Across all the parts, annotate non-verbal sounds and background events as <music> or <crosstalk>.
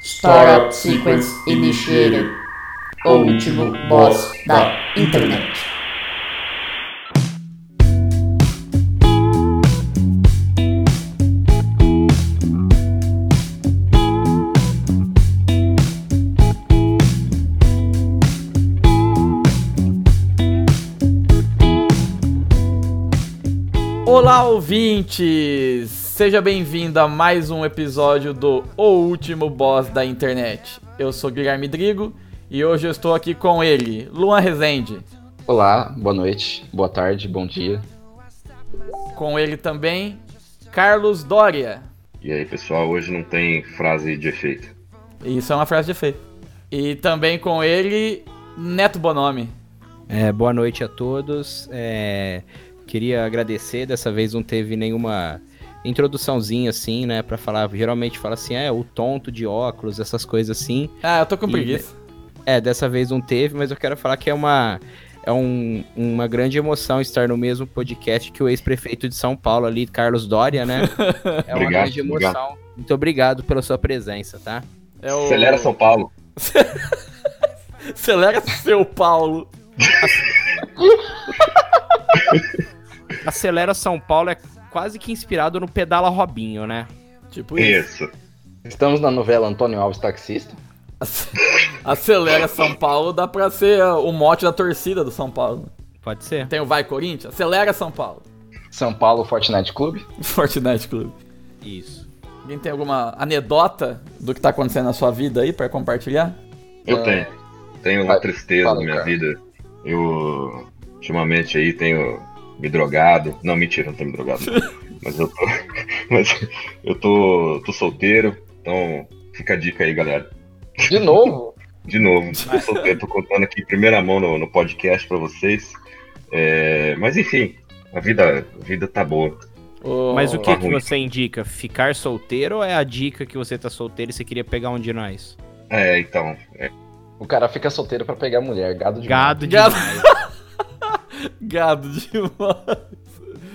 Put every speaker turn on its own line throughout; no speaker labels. Startup Sequence Initiated, o último boss da internet.
Olá, ouvintes! Seja bem-vindo a mais um episódio do O Último Boss da Internet. Eu sou Guilherme Drigo e hoje eu estou aqui com ele, Luan Rezende.
Olá, boa noite, boa tarde, bom dia.
Com ele também, Carlos Doria.
E aí, pessoal, hoje não tem frase de efeito.
Isso é uma frase de efeito. E também com ele, Neto Bonomi.
É, boa noite a todos. É, queria agradecer, dessa vez não teve nenhuma introduçãozinha assim, né, Pra falar. Geralmente fala assim, é, o tonto de óculos, essas coisas assim.
Ah, eu tô com
E-
preguiça.
É, dessa vez não teve, mas eu quero falar que é uma é um- uma grande emoção estar no mesmo podcast que o ex-prefeito de São Paulo ali, Carlos Doria,
<laughs>
né? É uma
Obrigado,
grande emoção. Muito obrigado pela sua presença, tá?
É o-
Acelera São Paulo.
Acelera seu Paulo.
Acelera São Paulo é quase que inspirado no Pedala Robinho, né?
Tipo isso.
Isso.
Estamos na novela Antônio Alves Taxista.
Acelera São Paulo dá pra ser o mote da torcida do São Paulo.
Pode ser.
Tem o Vai Corinthians? Acelera São Paulo.
São Paulo Fortnite Clube.
<laughs> Fortnite Clube.
Isso.
Alguém tem alguma anedota do que tá acontecendo na sua vida aí pra compartilhar?
Eu
É.
tenho. Tenho uma
Fala-
tristeza
fala,
na minha
cara.
vida. Eu, ultimamente aí, tenho me drogado. Não, mentira, não tenho me drogado.
<laughs>
não. mas eu tô. <laughs> Mas eu tô, tô solteiro. Então, fica a dica aí, galera.
De novo?
<laughs>
De novo, tô solteiro. Tô contando aqui em primeira mão no, no podcast pra vocês. É, mas enfim, a vida, a vida tá boa.
Ô,
Mas o que,
Tá
que
ruim.
você indica? Ficar solteiro ou é a dica que você tá solteiro e você queria pegar um de nós?
É, então.
O cara fica solteiro pra pegar mulher, gado de
Gado de
Gado. é Gado demais.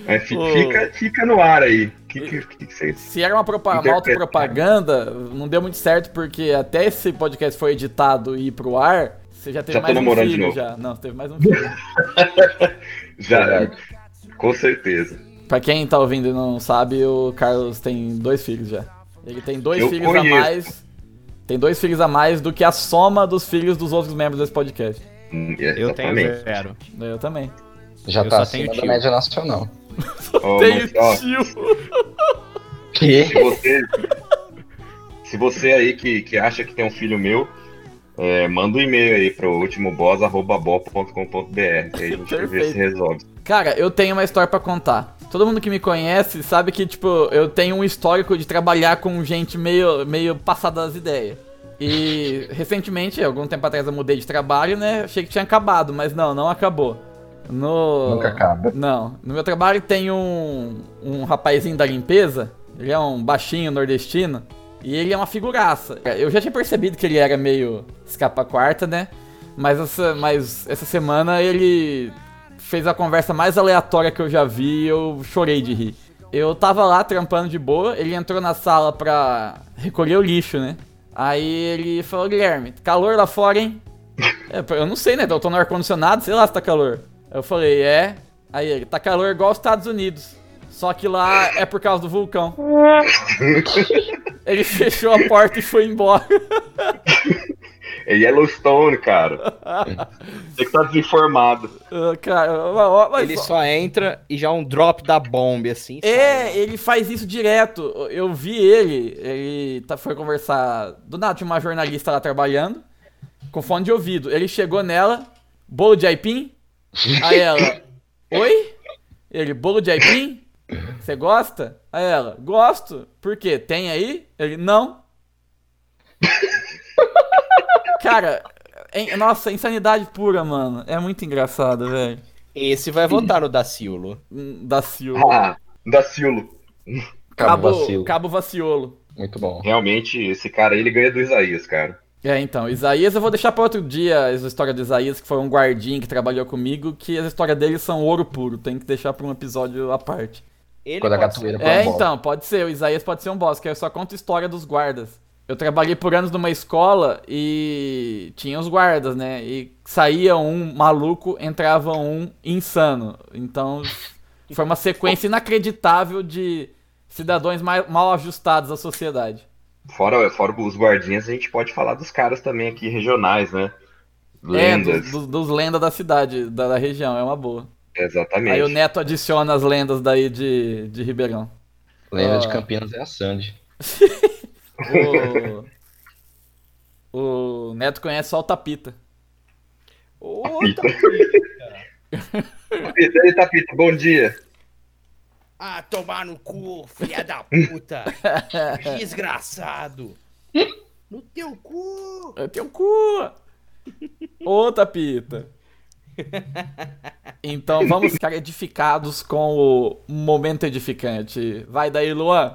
é, fi-
Ô.
fica, fica no ar aí. O que, que, que, que vocês.
Se era uma propa- uma autopropaganda, não deu muito certo, porque até esse podcast foi editado e ir pro ar, você já teve
Já tô
mais um
namorando de
filho
novo.
já. Não, você teve mais um filho. <laughs>
Já, com certeza.
pra quem tá ouvindo e não sabe, o Carlos tem dois filhos já. Ele tem dois
Eu
filhos a
conheço.
mais. Tem dois filhos a mais do que a soma dos filhos dos outros membros desse podcast.
Hum,
Eu tenho
exatamente.
zero.
Eu também.
Já
Eu
tá
só
acima
tenho
da
tio.
média nacional.
Ó,
Tenho
mas, ó,
tio.
Que?
se você. se você aí que, que acha que tem um filho meu, é, manda um e-mail aí pro ultimoboss.com.br, que aí a gente vê
Perfeito.
se resolve.
Cara, eu tenho uma história pra contar. Todo mundo que me conhece sabe que, tipo, eu tenho um histórico de trabalhar com gente meio, meio passada das ideias. E recentemente, algum tempo atrás eu mudei de trabalho, né? Achei que tinha acabado, mas não, não acabou. No...
Nunca acaba.
Não. No meu trabalho tem um, um rapazinho da limpeza. Ele é um baixinho nordestino. E ele é uma figuraça. Eu já tinha percebido que ele era meio escapa quarta, né? Mas essa, mas essa semana ele fez a conversa mais aleatória que eu já vi e eu chorei de rir. Eu tava lá trampando de boa, ele entrou na sala pra recolher o lixo, né? Aí ele falou, Guilherme, calor lá fora, hein? É, eu não sei, né? Eu tô no ar-condicionado, sei lá se tá calor. Eu falei, é. Aí ele, tá calor igual os Estados Unidos. Só que lá é por causa do vulcão. ele fechou a porta e foi embora. <laughs>
É
<laughs>
Yellowstone, cara. Você que tá desinformado.
Ah, Cara, ó, ó, mas
Ele
ó.
só entra e já um drop da bomba, assim. sabe?
É, ele faz isso direto. Eu vi ele, ele tá- foi conversar. Do nada tinha uma jornalista lá trabalhando, com fone de ouvido. Ele chegou nela, bolo de aipim. Aí ela, oi? Ele, bolo de aipim? Você gosta? Aí ela, gosto. Por quê? Tem aí? Ele, não. Cara, é- nossa, é insanidade pura, mano. É muito engraçado, velho.
Esse vai votar no Daciolo.
Hum, Da Silva.
Ah, da Ciulo.
Cabo
Cabo,
vacilo.
Cabo Vaciolo.
Muito bom.
Realmente, esse cara aí, ele ganha do Isaías, cara.
É, então, Isaías eu vou deixar pra outro dia as histórias do Isaías, que foi um guardinho que trabalhou comigo, que as histórias dele são ouro puro, tem que deixar pra um episódio à parte.
Ele
Quando a
pode
capoeira
ser-
Foi
é,
um boss.
então, pode ser, o Isaías pode ser um boss, que eu só conto história dos guardas. Eu trabalhei por anos numa escola e tinha os guardas, né? E saía um maluco, entrava um insano. Então foi uma sequência inacreditável de cidadãos ma- mal ajustados à sociedade.
Fora, fora os guardinhas, a gente pode falar dos caras também aqui regionais, né?
É,
Lendas.
dos, dos, dos lendas da cidade, da, da região, é uma boa.
Exatamente.
Aí o Neto adiciona as lendas daí de, de Ribeirão.
Lenda de
Ah.
Campinas é a Sandy.
O, <laughs> o Neto conhece só o Tapita.
<laughs> Outra...
Tapita, ei, Tapita, bom dia.
Ah, tomar no cu, filha da <laughs> puta! Desgraçado! No teu cu!
É teu cu! Ô, Tapita! <laughs> Então vamos ficar edificados com o momento edificante. Vai daí, Luan!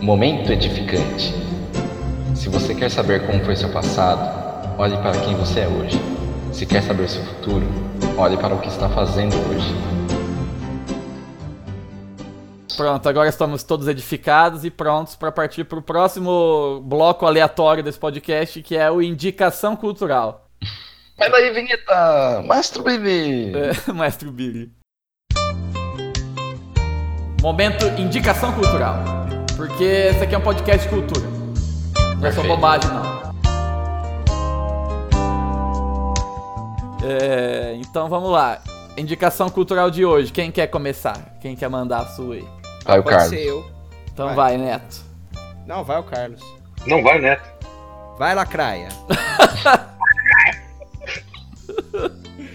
Momento edificante. Se você quer saber como foi seu passado, olhe para quem você é hoje. Se quer saber seu futuro, olhe para o que está fazendo hoje.
Pronto, agora estamos todos edificados e prontos para partir para o próximo bloco aleatório desse podcast, que é o Indicação Cultural.
Mas daí, vinheta! Maestro Baby!
É, <laughs> Maestro Billy. Momento Indicação Cultural. Porque esse aqui é um podcast de cultura. Não é só
Perfeito.
bobagem, não. É, então vamos lá. Indicação cultural de hoje. Quem quer começar? Quem quer mandar a sua aí?
Vai É o
Pode
Carlos.
ser eu.
Então vai,
Vai.
Neto.
Não, vai o Carlos.
Não vai, Neto.
Vai, Lacraia.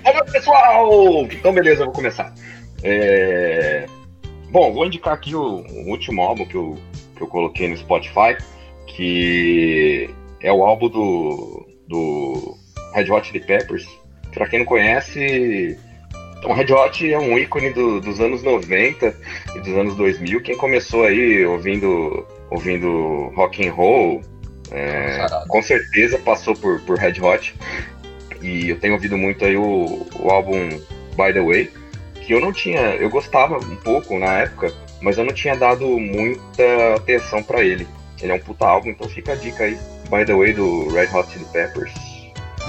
Olá, pessoal! Então, beleza, eu vou começar. É, Bom, vou indicar aqui o, o último álbum que eu, que eu coloquei no Spotify, que é o álbum do, do Red Hot Chili Peppers. Pra quem não conhece, então, o Red Hot é um ícone do- dos anos 90 e dos anos 2000. Quem começou aí ouvindo, ouvindo rock and roll, é,
Sarado.
com certeza passou por, por Red Hot. E eu tenho ouvido muito aí o, o álbum By The Way, que eu não tinha, eu gostava um pouco na época, mas eu não tinha dado muita atenção pra ele. Ele é um puta álbum, então fica a dica aí. By The Way do Red Hot Chili Peppers.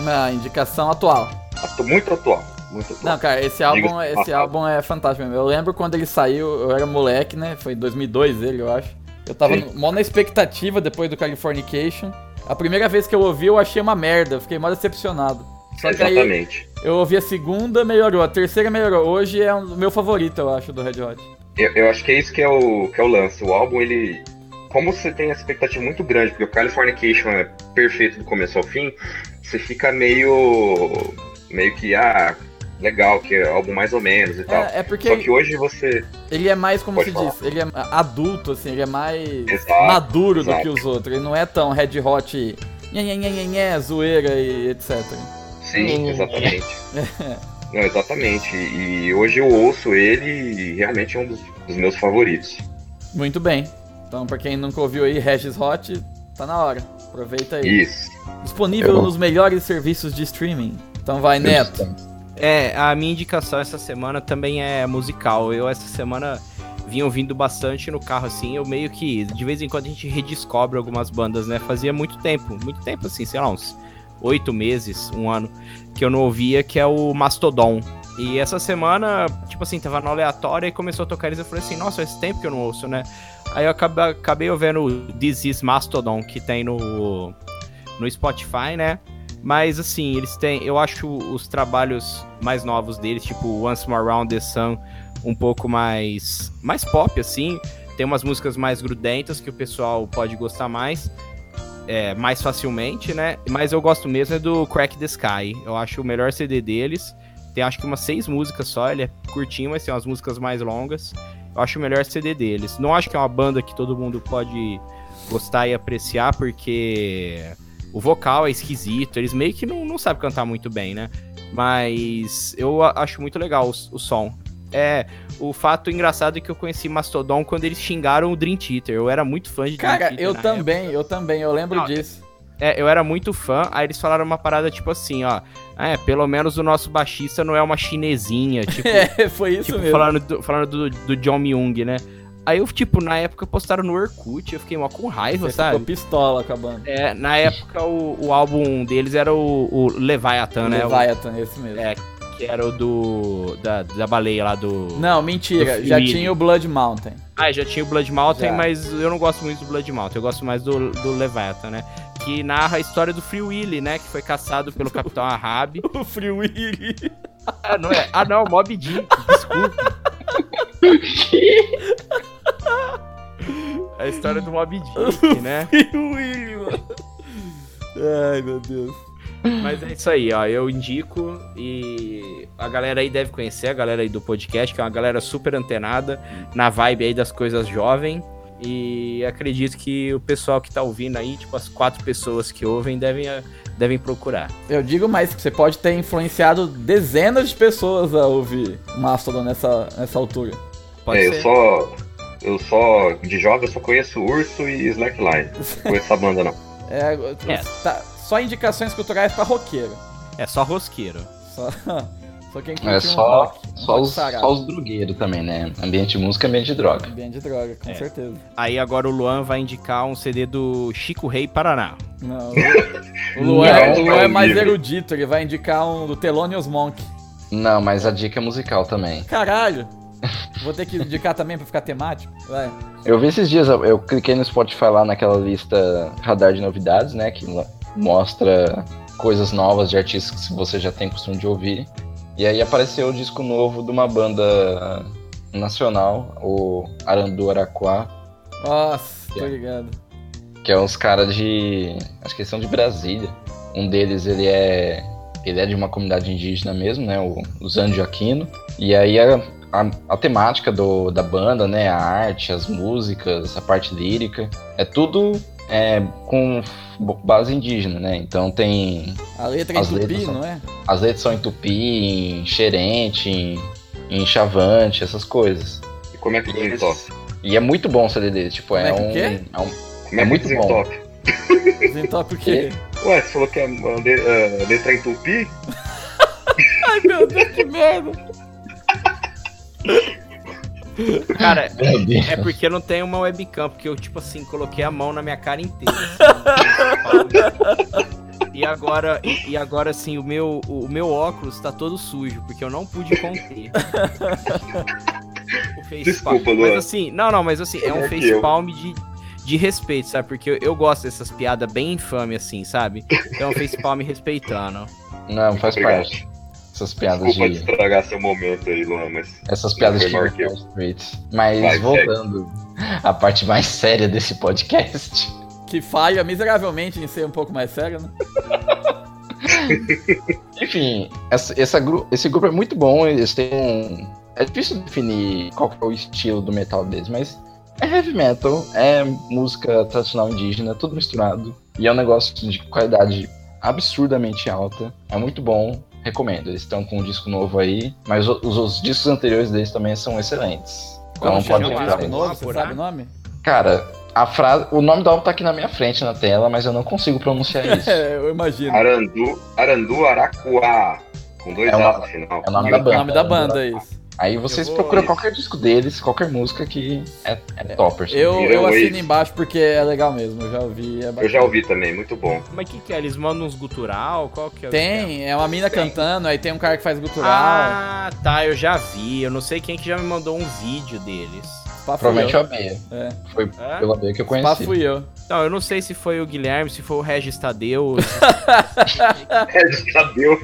Na indicação atual.
Atu- Muito atual, muito atual.
Não, cara, esse álbum,
Diga-se de
esse
passagem.
álbum é fantástico mesmo. Eu lembro quando ele saiu, eu era moleque, né? Foi em 2002 ele, eu acho. Eu tava
Sim.
no- mó na expectativa depois do Californication. A primeira vez que eu ouvi, eu achei uma merda. eu Fiquei mó decepcionado. Só que aí
Exatamente.
eu ouvi a segunda, melhorou. A terceira melhorou. Hoje é o meu favorito, eu acho, do Red Hot.
Eu, eu acho que é isso que é, o, que é o lance. O álbum, ele. Como você tem essa expectativa muito grande, porque o Californication é perfeito do começo ao fim, você fica meio. meio que, ah, legal, que é álbum mais ou menos e tal.
É, é porque
Só que hoje você.
ele é mais, como
Pode
se
falar.
diz, ele é adulto, assim, ele é mais
Exato,
maduro do
exato.
que os outros. Ele não é tão Red Hot, nhé, nhé, nhé, nhé, nhé, zoeira e etc.
Sim,
Hum.
exatamente. Não, exatamente. E hoje eu ouço ele e realmente é um dos, dos meus favoritos.
Muito bem. Então, pra quem nunca ouviu aí, Regis Hot, tá na hora. Aproveita aí.
Isso.
Disponível
Eu-
nos melhores serviços de streaming. Então vai, Neto.
É, a minha indicação essa semana também é musical. Eu essa semana vinha ouvindo bastante no carro, assim, eu meio que, de vez em quando a gente redescobre algumas bandas, né? Fazia muito tempo, muito tempo assim, sei lá, uns oito meses, um ano, que eu não ouvia, que é o Mastodon. E essa semana, tipo assim, tava no aleatório e começou a tocar eles, eu falei assim, nossa, faz tempo que eu não ouço, né? Aí eu acabei, acabei ouvindo o This Is Mastodon, que tem no, no Spotify, né? Mas assim, eles têm. Eu acho os trabalhos mais novos deles, tipo Once More Round the Sun, um pouco mais. mais pop, assim. Tem umas músicas mais grudentas que o pessoal pode gostar mais. é, mais facilmente, né? Mas eu gosto mesmo é do Crack the Sky. Eu acho o melhor CD deles. Tem acho que umas seis músicas só, ele é curtinho, mas tem umas músicas mais longas. Eu acho o melhor CD deles. Não acho que é uma banda que todo mundo pode gostar e apreciar, porque o vocal é esquisito, eles meio que não, não sabem cantar muito bem, né? Mas eu a- acho muito legal o, s- o som. É, o fato engraçado é que eu conheci Mastodon quando eles xingaram o Dream Theater. Eu era muito fã de Dream
Cara,
Theater
eu
na
também, eu também, eu lembro
Não,
disso.
é, eu era muito fã, aí eles falaram uma parada tipo assim, ó. É, pelo menos o nosso
<laughs>
baixista não é uma chinesinha,
<laughs>
tipo,
É, foi isso
tipo
mesmo.
falando, do, falando do, do John Myung, né? Aí eu, tipo, na época postaram no Orkut, eu fiquei mó com raiva,
Você
sabe?
ficou pistola com a banda.
É, na época o, o álbum deles era o, o Leviathan, né? O-
Leviathan, esse mesmo.
é, que era o do. Da, da baleia lá do.
Não, mentira.
Do
Já
Felipe.
tinha o Blood Mountain.
Ah, já tinha o Blood Mountain,
Já.
mas eu não gosto muito do Blood Mountain, eu gosto mais do, do Leviathan, né? Que narra a história do Free Willy, né? Que foi caçado pelo Capitão Ahab.
<laughs> O Free Willy.
Ah, não é? Ah, não, Mob Dick, desculpa.
<laughs>
A história do Mob Dick, né?
Free Willy, mano. Ai, meu Deus.
Mas é isso aí, ó. Eu indico e a galera aí deve conhecer, a galera aí do podcast, que é uma galera super antenada na vibe aí das coisas jovem. E acredito que o pessoal que tá ouvindo aí, tipo as quatro pessoas que ouvem, devem, eh, devem procurar.
Eu digo mais que você pode ter influenciado dezenas de pessoas a ouvir Mastodon nessa, nessa altura.
Pode
é,
ser.
eu só. Eu só. De jovem eu só conheço Urso e Slackline. Não conheço essa banda, não.
É, tá- só indicações culturais pra roqueiro.
É só rosqueiro.
Só, <laughs> só quem curte
É
um
só,
rock, um
só,
rock
os,
sarado.
só os drogueiros também, né? Ambiente de música, ambiente de droga.
Bem de droga, com
É.
certeza.
Aí agora o Luan vai indicar um CD do Chico Rei Paraná.
Não, o- o Luan, é-
Não,
o Luan é
não,
mais
livre.
erudito, ele vai indicar um do Thelonious Monk.
Não, mas a dica é musical também. <laughs>
Caralho! Vou ter que indicar também pra ficar temático? Vai.
Eu vi esses dias, eu- eu cliquei no Spotify lá naquela lista radar de novidades, né? Que mo- mostra coisas novas de artistas que você já tem costume de ouvir. E aí apareceu o disco novo de uma banda nacional, o Arandu Araquá,
Nossa, tô ligado.
que é uns caras de. acho que eles são de Brasília. Um deles ele é. ele é de uma comunidade indígena mesmo, né? O, o Zandioquino. E aí a, a, a temática do, da banda, né? A arte, as músicas, a parte lírica. É tudo é, com bo- base indígena, né? Então tem.
A letra é em
As letras
tupi,
são-
não é?
As letras são em tupi, em xerente, em, em chavante, essas coisas.
E como é que desentope?
E é muito bom o CD deles, tipo, é,
Como é que
um,
quê?
é um.
Como é,
É
que
muito bom.
desentope?
Desentope o quê?
Ué, você falou que a, a le- a letra é em tupi?
Ai, meu Deus, que merda!
Cara,
Meu Deus.
é porque não tem uma webcam, porque eu, tipo assim, coloquei a mão na minha cara inteira.
<laughs>
assim. e agora, e e agora assim, o meu, o meu óculos tá todo sujo, porque eu não pude conter. O facepalm.
Desculpa, Luan.
Mas assim, não, não, mas assim, é um
Melhor que eu.
facepalm de, de respeito, sabe? Porque eu, eu gosto dessas piadas bem infame, assim, sabe? Então é um facepalm respeitando.
Não, faz
Obrigado.
parte. Essas piadas
Desculpa
de.
estragar seu momento aí, Luan, mas.
Essas piadas
Foi
de
maior que eu.
Wall Street. Mas
Vai, segue.
voltando à parte mais séria desse podcast.
Que falha miseravelmente em ser um pouco mais sério, né?
Enfim, essa, essa gru- esse grupo é muito bom. Eles têm um. É difícil definir qual que é o estilo do metal deles, mas é heavy metal, é música tradicional indígena, tudo misturado. E é um negócio de qualidade absurdamente alta. É muito bom, recomendo. Eles estão com um disco novo aí, mas o- os, os discos anteriores deles também são excelentes.
Como
Então
pode
chama o
podem
chamar?
procurar.
disco
procurar.
novo, você
Apurar?
sabe o nome?
Cara, a frase. O nome do álbum tá aqui na minha frente na tela, mas eu não consigo
<laughs>
pronunciar isso. É
É, <laughs> eu imagino.
Arandu, Arandu Aracuá. Com dois
É o
A
nome-
no final.
o nome
E
da
um-
O
banda. né?
nome da banda é isso.
Aí vocês
Eu vou-
procuram qualquer disco deles, qualquer música que é, é topper.
Eu,
Virou
eu assino
isso.
embaixo porque é legal mesmo, eu já ouvi. É
Eu já
bacana.
ouvi também, muito bom. <laughs>
Mas o que, que é? Eles mandam uns gutural? Qual que é o esquema?
Tem, é uma mina cantando, aí tem um cara que faz gutural.
Ah, tá, eu já vi. Eu não sei quem que já me mandou um vídeo deles.
Spa fui
Provavelmente
eu.
eu amei.
É.
Foi
É?
pela B que eu
Spa
conheci.
fui eu.
Não, eu não sei se foi o Guilherme, se foi o Regis <laughs> Tadeu.
É, já deu.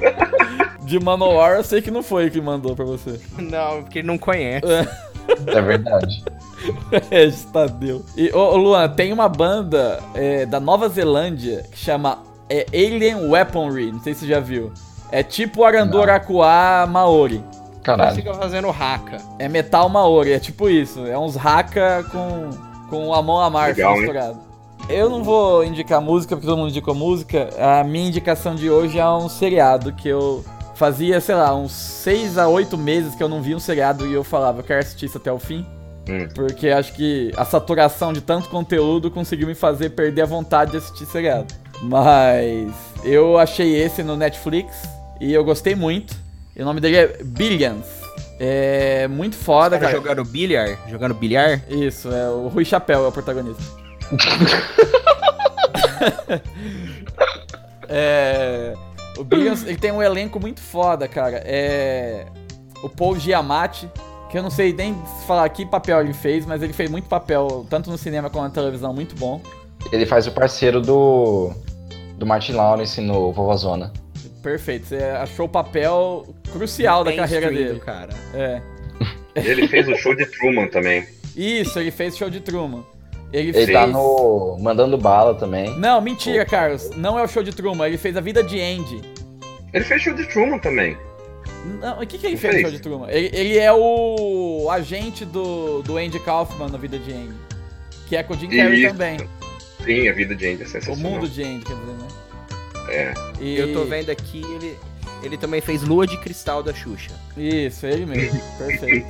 De Manowar eu sei que não foi que mandou pra você. <laughs>
não, porque ele não conhece.
É verdade.
É, Tadeu. E, ô, ô, Luan, tem uma banda é, da Nova Zelândia que chama é, Alien Weaponry, não sei se você já viu. É tipo Arandu
Não.
Aracuá Maori.
Eles
Caralho.
ficam fazendo raca.
É metal Maori, é tipo isso. É uns haka com, com a mão a marcha
Legal, hein?
misturado. Eu não vou indicar música, porque todo mundo indicou música. A minha indicação de hoje é um seriado que eu fazia, sei lá, uns 6 a 8 meses que eu não vi um seriado e eu falava, eu quero assistir isso até o fim.
Hum.
Porque acho que a saturação de tanto conteúdo conseguiu me fazer perder a vontade de assistir seriado. Mas eu achei esse no Netflix e eu gostei muito. E o nome dele é Billions. É muito foda,
Cara,
cara.
jogando bilhar? Jogando bilhar?
Isso, é o Rui Chapéu é o protagonista. É, o Billions, ele tem um elenco muito foda, cara. É o Paul Giamatti, que eu não sei nem falar que papel ele fez, mas ele fez muito papel, tanto no cinema quanto na televisão, muito bom.
Ele faz o parceiro do. do Martin Lawrence no Vovozona.
Perfeito, você achou o papel crucial da
Main
carreira
Street,
dele.
cara.
É.
Ele fez o show de Truman também.
Isso, ele fez show de Truman. Ele,
Ele
fez.
tá no. Mandando bala também.
Não, mentira, Carlos. Não é o show de Truman, ele fez a vida de Andy.
Ele fez show de Truman também.
Não, o que, que ele
Não
fez no
fez?
show de Truman? Ele, ele é o agente do, do Andy Kaufman na vida de Andy. Que é com o Jim Carrey
Isso.
também.
Sim, a vida de Andy é
O
sensacional.
mundo de Andy, quer dizer, né?
É.
E-
Eu tô vendo aqui, ele, ele também fez Lua de Cristal da Xuxa.
Isso, ele
<laughs>
mesmo. Perfeito.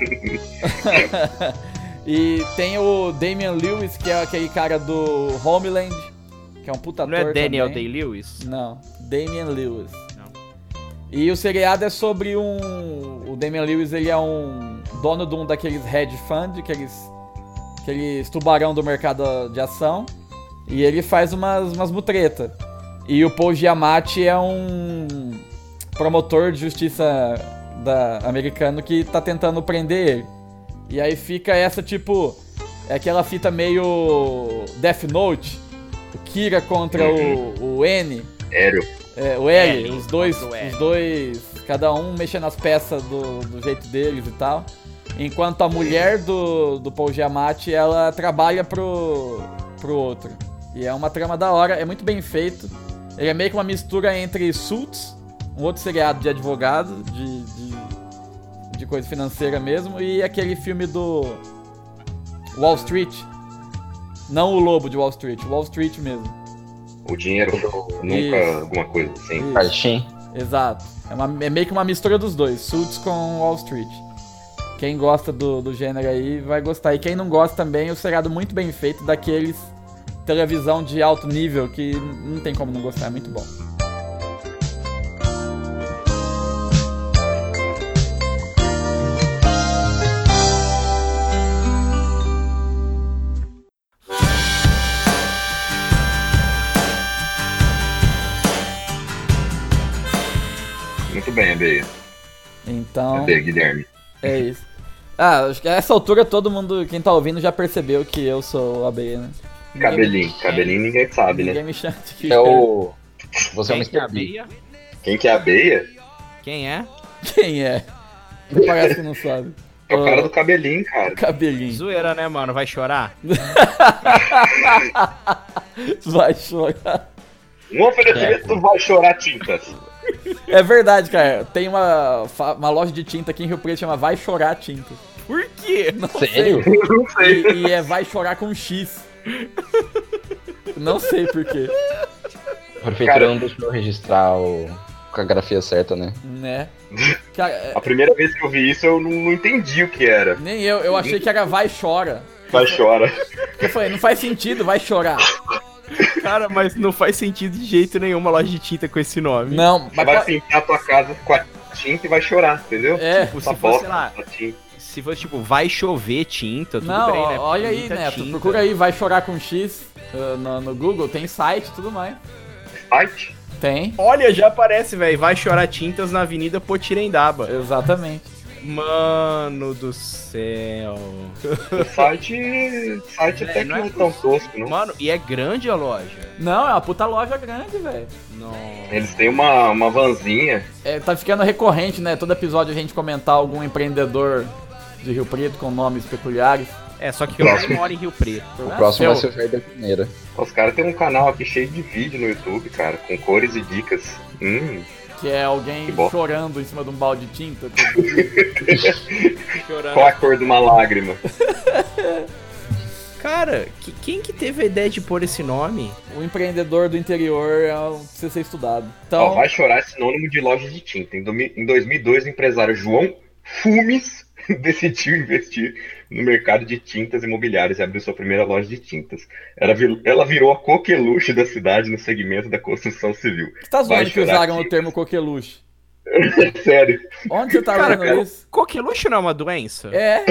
<laughs> e tem o Damian Lewis, que é aquele cara do Homeland, que é um puta
Não
ator
é Daniel
também.
Day-Lewis?
Não, Damian Lewis.
Não.
E o seriado é sobre um. O Damian Lewis ele é um dono de um daqueles hedge fund, aqueles, aqueles tubarão do mercado de ação. E ele faz umas, umas mutretas. E o Paul Giamatti é um promotor de justiça da, americano que tá tentando prender ele. E aí fica essa tipo. É aquela fita meio Death Note. O Kira contra o, o N.
Aéreo.
É, o L,
L,
os dois,
contra o L.
os dois, cada um mexendo as peças do, do jeito deles e tal. Enquanto a mulher do, do Paul Giamatti, ela trabalha pro, pro outro. E é uma trama da hora, é muito bem feito. Ele é meio que uma mistura entre Suits, um outro seriado de advogado, de, de, de coisa financeira mesmo, e aquele filme do Wall Street. Não o Lobo de Wall Street, Wall Street mesmo.
O dinheiro nunca
Isso.
alguma coisa assim.
Isso.
Partim.
Exato. É, uma- é meio que uma mistura dos dois, Suits com Wall Street. Quem gosta do, do gênero aí vai gostar. E quem não gosta também, o seriado muito bem feito daqueles televisão de alto nível que não tem como não gostar, é muito bom.
Muito bem, AB.
Então,
AB, Guilherme.
é isso. Ah, acho que a essa altura todo mundo, quem tá ouvindo, já percebeu que eu sou o AB, né?
Cabelinho. Cabelinho ninguém sabe, né?
Ninguém me chama de
É o. Você é um
Quem que é a
Mr. B.
Bia?
Quem que é a Beia
Quem é?
<laughs> Quem é? Parece que não sabe.
é o cara do cabelinho, cara.
Cabelinho.
Zoeira, né, mano? Vai chorar?
Vai chorar.
Um oferecimento
É.
do vai chorar tintas.
É verdade, cara. Tem uma, fa- uma loja de tinta aqui em Rio Preto que chama Vai Chorar Tinta.
Por <laughs> quê?
Não
Sério?
sei.
Eu não sei.
E, e é Vai Chorar com X. Não sei porquê,
A prefeitura
Cara.
não deixou eu registrar o. com a grafia certa, né?
né? Cara, é,
A primeira vez que eu vi isso, eu não, não entendi o que era.
nem eu. Eu achei que era Vai Chora.
Vai
<laughs>
chora.
Eu falei, não faz sentido, vai chorar.
Cara, mas não faz sentido de jeito nenhum uma loja de tinta com esse nome.
Não,
Você
mas
vai
tá-
qual-
pintar a tua casa com a tinta e vai chorar, entendeu?
É.
Tipo,
Essa
se fosse, sei lá,
a tinta.
se fosse tipo, vai chover tinta, tudo
Não,
bem, né? Porque
olha
é
aí,
muita
Neto.
tinta.
Procura aí, vai chorar com X uh, no, no Google. Tem site e tudo mais.
Site?
Tem,
Olha, já aparece, velho. Vai chorar tintas na Avenida Potirendaba.
exatamente.
Mano do céu.
O site. site até
É,
que
não
não
é
é tão tosco, não.
Mano, e é grande a loja.
Não, é uma puta loja grande, velho.
Nossa.
Eles têm uma, uma vanzinha.
É, tá ficando recorrente, né? Todo episódio a gente comentar algum empreendedor de Rio Preto com nomes peculiares.
É, só que eu
Próximo.
não moro em Rio Preto.
O próximo vai
é
ser o Jair da Primeira.
Os caras têm um canal aqui cheio de vídeo no YouTube, cara, com cores e dicas. Hum,
Que é alguém
Que bom.
chorando em cima de um balde de tinta.
qual a cor de uma lágrima?
Cara, que- quem que teve a ideia de pôr esse nome?
o empreendedor do interior é um- precisa ser estudado. Então,
Ó, vai chorar é sinônimo de loja de tinta. Em, domi- em 2002, o empresário João Fumes <laughs> decidiu investir no mercado de tintas imobiliárias e abriu sua primeira loja de tintas. Ela, vi- ela virou a coqueluche da cidade no segmento da construção civil. <laughs>
que tá zoando
vai
que
chorar
usaram o
tinta.
termo coqueluche.
Sério,
Onde você tá
Cara,
vendo isso?
Coqueluche não é uma doença?
É.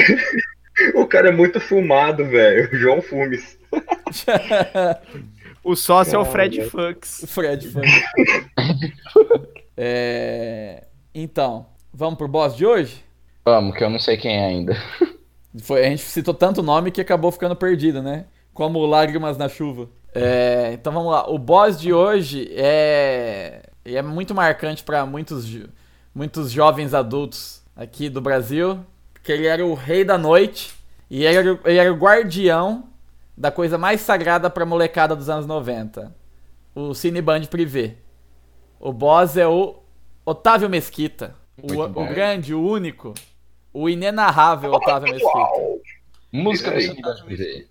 <laughs>
o cara é muito fumado, velho. João Fumes.
O sócio é o Fred
Caralho.
Fux.
Fred
<laughs>
foi. É, Então, vamos pro boss de hoje?
Vamos, que eu não sei quem é ainda.
Foi, a gente citou tanto nome que acabou ficando perdido, né? Como Lágrimas na Chuva. É, então vamos lá. O boss de hoje é. e é muito marcante pra muitos, jo- muitos jovens adultos aqui do Brasil. Porque ele era o rei da noite e ele era, o- ele era o guardião da coisa mais sagrada pra molecada dos anos 90. O Cineband Privé. O boss é o Otávio Mesquita. O,
Muito bom.
o grande, o único, o inenarrável Otávio Mesquita.
Uau!
Música do
Isso aí.
Sanidade Privé.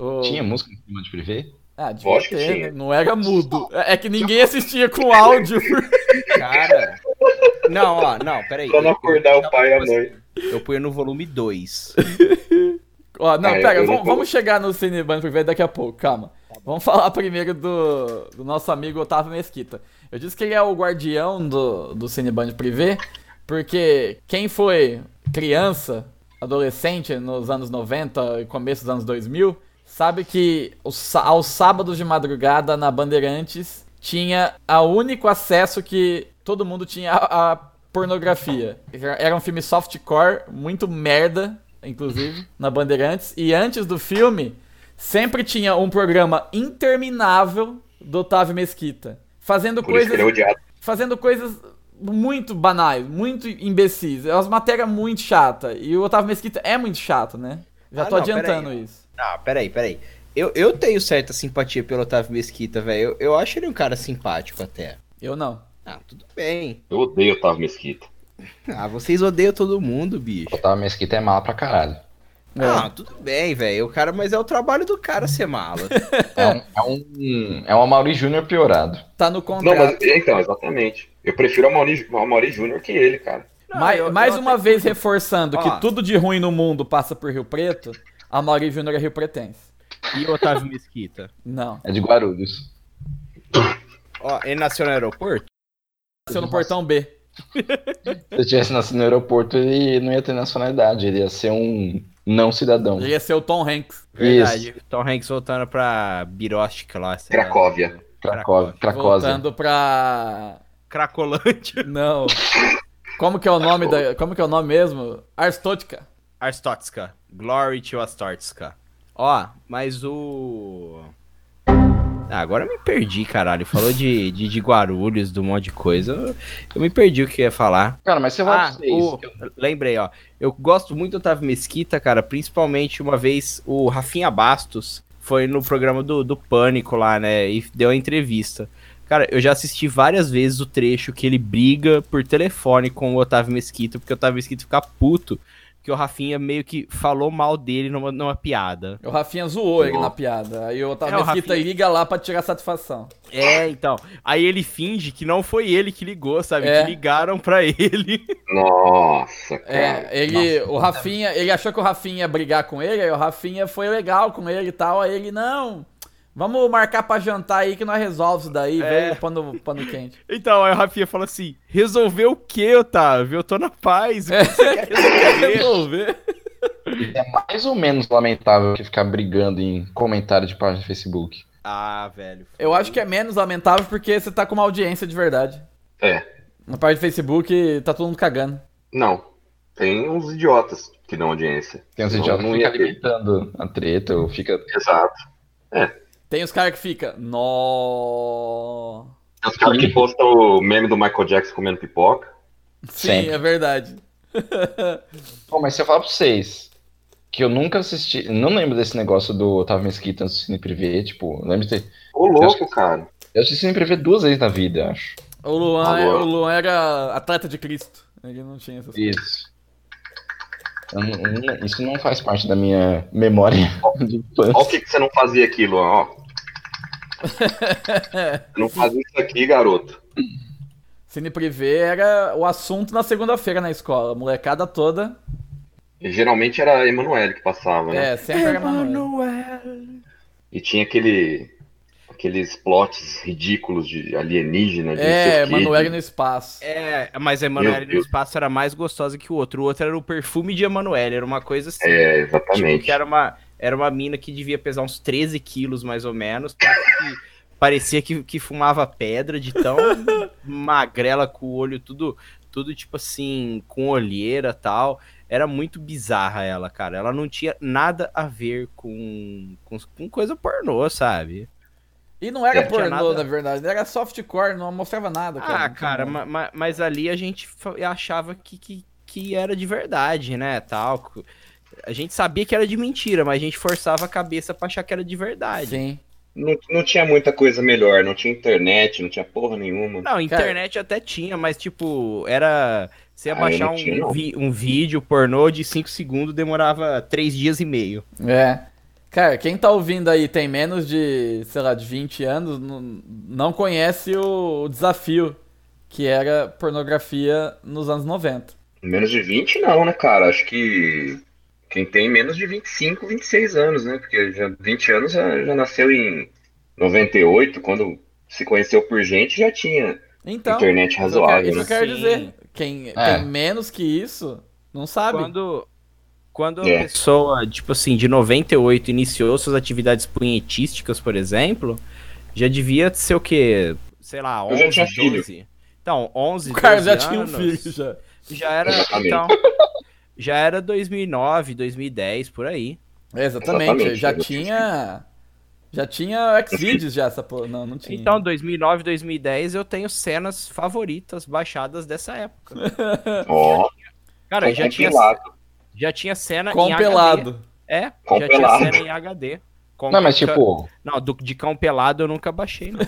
O-
Tinha música do Sanidade Privé?
Ah, devia
Acho que
ter,
tinha.
né? não era mudo. É é que ninguém assistia com áudio.
<laughs>
Cara. Não, ó, não, peraí.
Pra não acordar o pai e a mãe.
Eu ponho no volume 2.
Ó, não,
Ah, eu-
pera,
eu
vamos,
não- Tá.
vamos chegar no Cineban Privé daqui a pouco, calma. Vamos falar primeiro do, do nosso amigo Otávio Mesquita. Eu disse que ele é o guardião do, do Cineband Privé, porque quem foi criança, adolescente nos anos 90 e começo dos anos 2000, sabe que os sá- aos sábados de madrugada na Bandeirantes tinha o único acesso que todo mundo tinha a, a pornografia. Era um filme softcore, muito merda,
<laughs>
inclusive, na Bandeirantes. E antes do filme, sempre tinha um programa interminável do Otávio Mesquita. Fazendo
Por isso que
coisas
ele é odiado.
fazendo coisas muito banais, muito imbecis. É umas matérias muito chata. E o Otávio Mesquita é muito chato, né? Já
Ah,
tô
não,
adiantando
peraí.
isso.
Ah, peraí, peraí. Eu, eu tenho certa simpatia pelo Otávio Mesquita, velho. Eu, eu acho ele um cara simpático até.
Eu não.
Ah, tudo bem.
Eu odeio Otávio Mesquita.
Ah, vocês odeiam todo mundo, bicho.
Otávio Mesquita é mala pra caralho.
Ah, tudo bem, velho. O cara, mas é o trabalho do cara ser mala.
É um, é um, é um Amaury Júnior piorado.
Tá no
Não,
contrato.
mas então, exatamente. Eu prefiro a Mauri, a Mauri Júnior que ele, cara.
Não,
mais
eu-
mais
eu
uma vez reforçando
Ó.
que tudo de ruim no mundo passa por Rio Preto, a Mauri Júnior é Rio Pretense.
E o Otávio Mesquita?
Não.
É de Guarulhos.
<laughs> Ó, ele nasceu no aeroporto?
Nasceu no portão B.
Se ele tivesse nascido no aeroporto, ele não ia ter nacionalidade. Ele ia ser um não cidadão.
Ele ia ser o Tom Hanks.
Verdade.
Tom Hanks voltando pra Birostica lá. sei lá.
Cracóvia.
Cracó- Cracósia.
Voltando pra.
Cracolândia.
Não. Como que é o nome da. Como que é o nome mesmo? Arstótica.
Arstotska. Glory to Arstotska. Ó, mas o. Ah, agora eu me perdi, caralho. Falou de, de, de Guarulhos, de um monte de coisa. Eu, eu me perdi o que eu ia falar.
Cara, mas você é vai
Ah, o- lembrei, ó. Eu gosto muito do Otávio Mesquita, cara. Principalmente uma vez o Rafinha Bastos foi no programa do, do Pânico lá, né? E deu a entrevista. Cara, eu já assisti várias vezes o trecho que ele briga por telefone com o Otávio Mesquita, porque o Otávio Mesquita fica puto, que o Rafinha meio que falou mal dele numa, numa piada.
O Rafinha zoou ele na piada. Aí o Otávio
É, o
Mesquita
Rafinha-
liga lá pra tirar satisfação.
É, então. Aí ele finge que não foi ele que ligou, sabe?
É.
Que ligaram pra <laughs> ele.
Nossa, cara.
É, ele, o Rafinha, ele achou que o Rafinha ia brigar com ele, aí o Rafinha foi legal com ele e tal, aí ele, não, vamos marcar pra jantar aí que nós resolve isso daí,
É.
velho, pano, pano quente.
Então, aí o Rafinha fala assim: resolveu o quê, Otávio? Eu tô na paz. O que você quer resolver?
Resolver.
é mais ou menos lamentável que ficar brigando em comentário de página de Facebook.
Ah, velho.
Eu acho que é menos lamentável porque você tá com uma audiência de verdade.
É.
Na parte do Facebook, tá todo mundo cagando.
Não. Tem uns idiotas que dão audiência.
Tem uns
Não,
idiotas que
não
ficam
ia ter.
alimentando a treta ou fica.
Exato.
Tem os caras que fica, nó.
Tem os caras que postam o meme do Michael Jackson comendo pipoca.
Sim,
Sempre.
é verdade.
Pô, mas se eu falar pra vocês que eu nunca assisti. Não lembro desse negócio do Otávio Mesquita no Cine Privé, tipo, eu lembro de ter.
Ô, louco, cara.
Eu assisti Cine Privé duas vezes na vida, eu acho.
O Luan, é,
Alô.
o Luan era atleta de Cristo. Ele não tinha essas coisas.
Isso. Eu não- eu não- isso não faz parte da minha memória <laughs> de
Olha o
infância.
que, que você não fazia aqui, Luan, ó. não fazia isso aqui, garoto.
Cine Privé era o assunto na segunda-feira na escola. A molecada toda
Geralmente era Emanuele que passava, né?
É, sempre era Manoel.
E tinha aquele. Aqueles plots ridículos de alienígena, de
É,
não sei o quê, de-
Manoel no espaço.
É, mas a Emanuele
Meu
no
Deus.
espaço era mais gostosa que o outro. O outro era o perfume de Emanuele, era uma coisa assim.
É,
Tipo,
exatamente.
que era uma, era uma mina que devia pesar uns 13 quilos, mais ou menos. que parecia que, que fumava pedra de tão magrela com o olho tudo, tudo tipo assim, com olheira tal. Era muito bizarra ela, cara. Ela não tinha nada a ver com, com, com coisa pornô, sabe?
E não era
Não tinha
pornô,
É, nada.
na verdade, né? era softcore, não mostrava nada, cara.
Ah, cara, ma- ma- mas ali a gente fa- achava que, que, que era de verdade, né, tal. A gente sabia que era de mentira, mas a gente forçava a cabeça pra achar que era de verdade.
Sim.
Não, não tinha muita coisa melhor, não tinha internet, não tinha porra nenhuma.
Não, internet até tinha, mas tipo, era. Você ia
Ah, eu
baixar
não tinha,
um,
não.
vi- um vídeo pornô de 5 segundos, demorava 3 dias e meio.
É. Cara, quem tá ouvindo aí tem menos de, sei lá, de 20 anos, não, não conhece o, o desafio que era pornografia nos anos 90.
Menos de 20 não, né, cara? Acho que quem tem menos de 25, 26 anos, né? Porque já 20 anos já, já nasceu em 98, quando se conheceu por gente já tinha
Então,
internet
isso eu quero,
razoável,
isso eu
né? É.
quero
Sim.
dizer. Quem tem menos que isso, não sabe.
Quando. Quando a
É.
pessoa, tipo assim, de 98 iniciou suas atividades punhetísticas, por exemplo, já devia ser o quê? Sei lá,
Eu já
11,
tinha filho.
12. Então, 11,
O cara
12
já tinha um
anos,
filho já.
Já era,
Exatamente. <laughs>
então, já era 2009, 2010, por aí.
É, exatamente,
Exatamente,
já
eu já
tinha. Já tinha Xvideos já, essa porra. Não, não tinha.
Então, 2009, 2010, eu tenho cenas favoritas baixadas dessa época.
Ó, tá
Cara, eu já tinha,
compilado.
já tinha cena em HD.
compelado.
É, já
Compilado.
tinha cena em HD. Com-
Não, mas tipo,
Não, do, de cão pelado eu nunca baixei, não.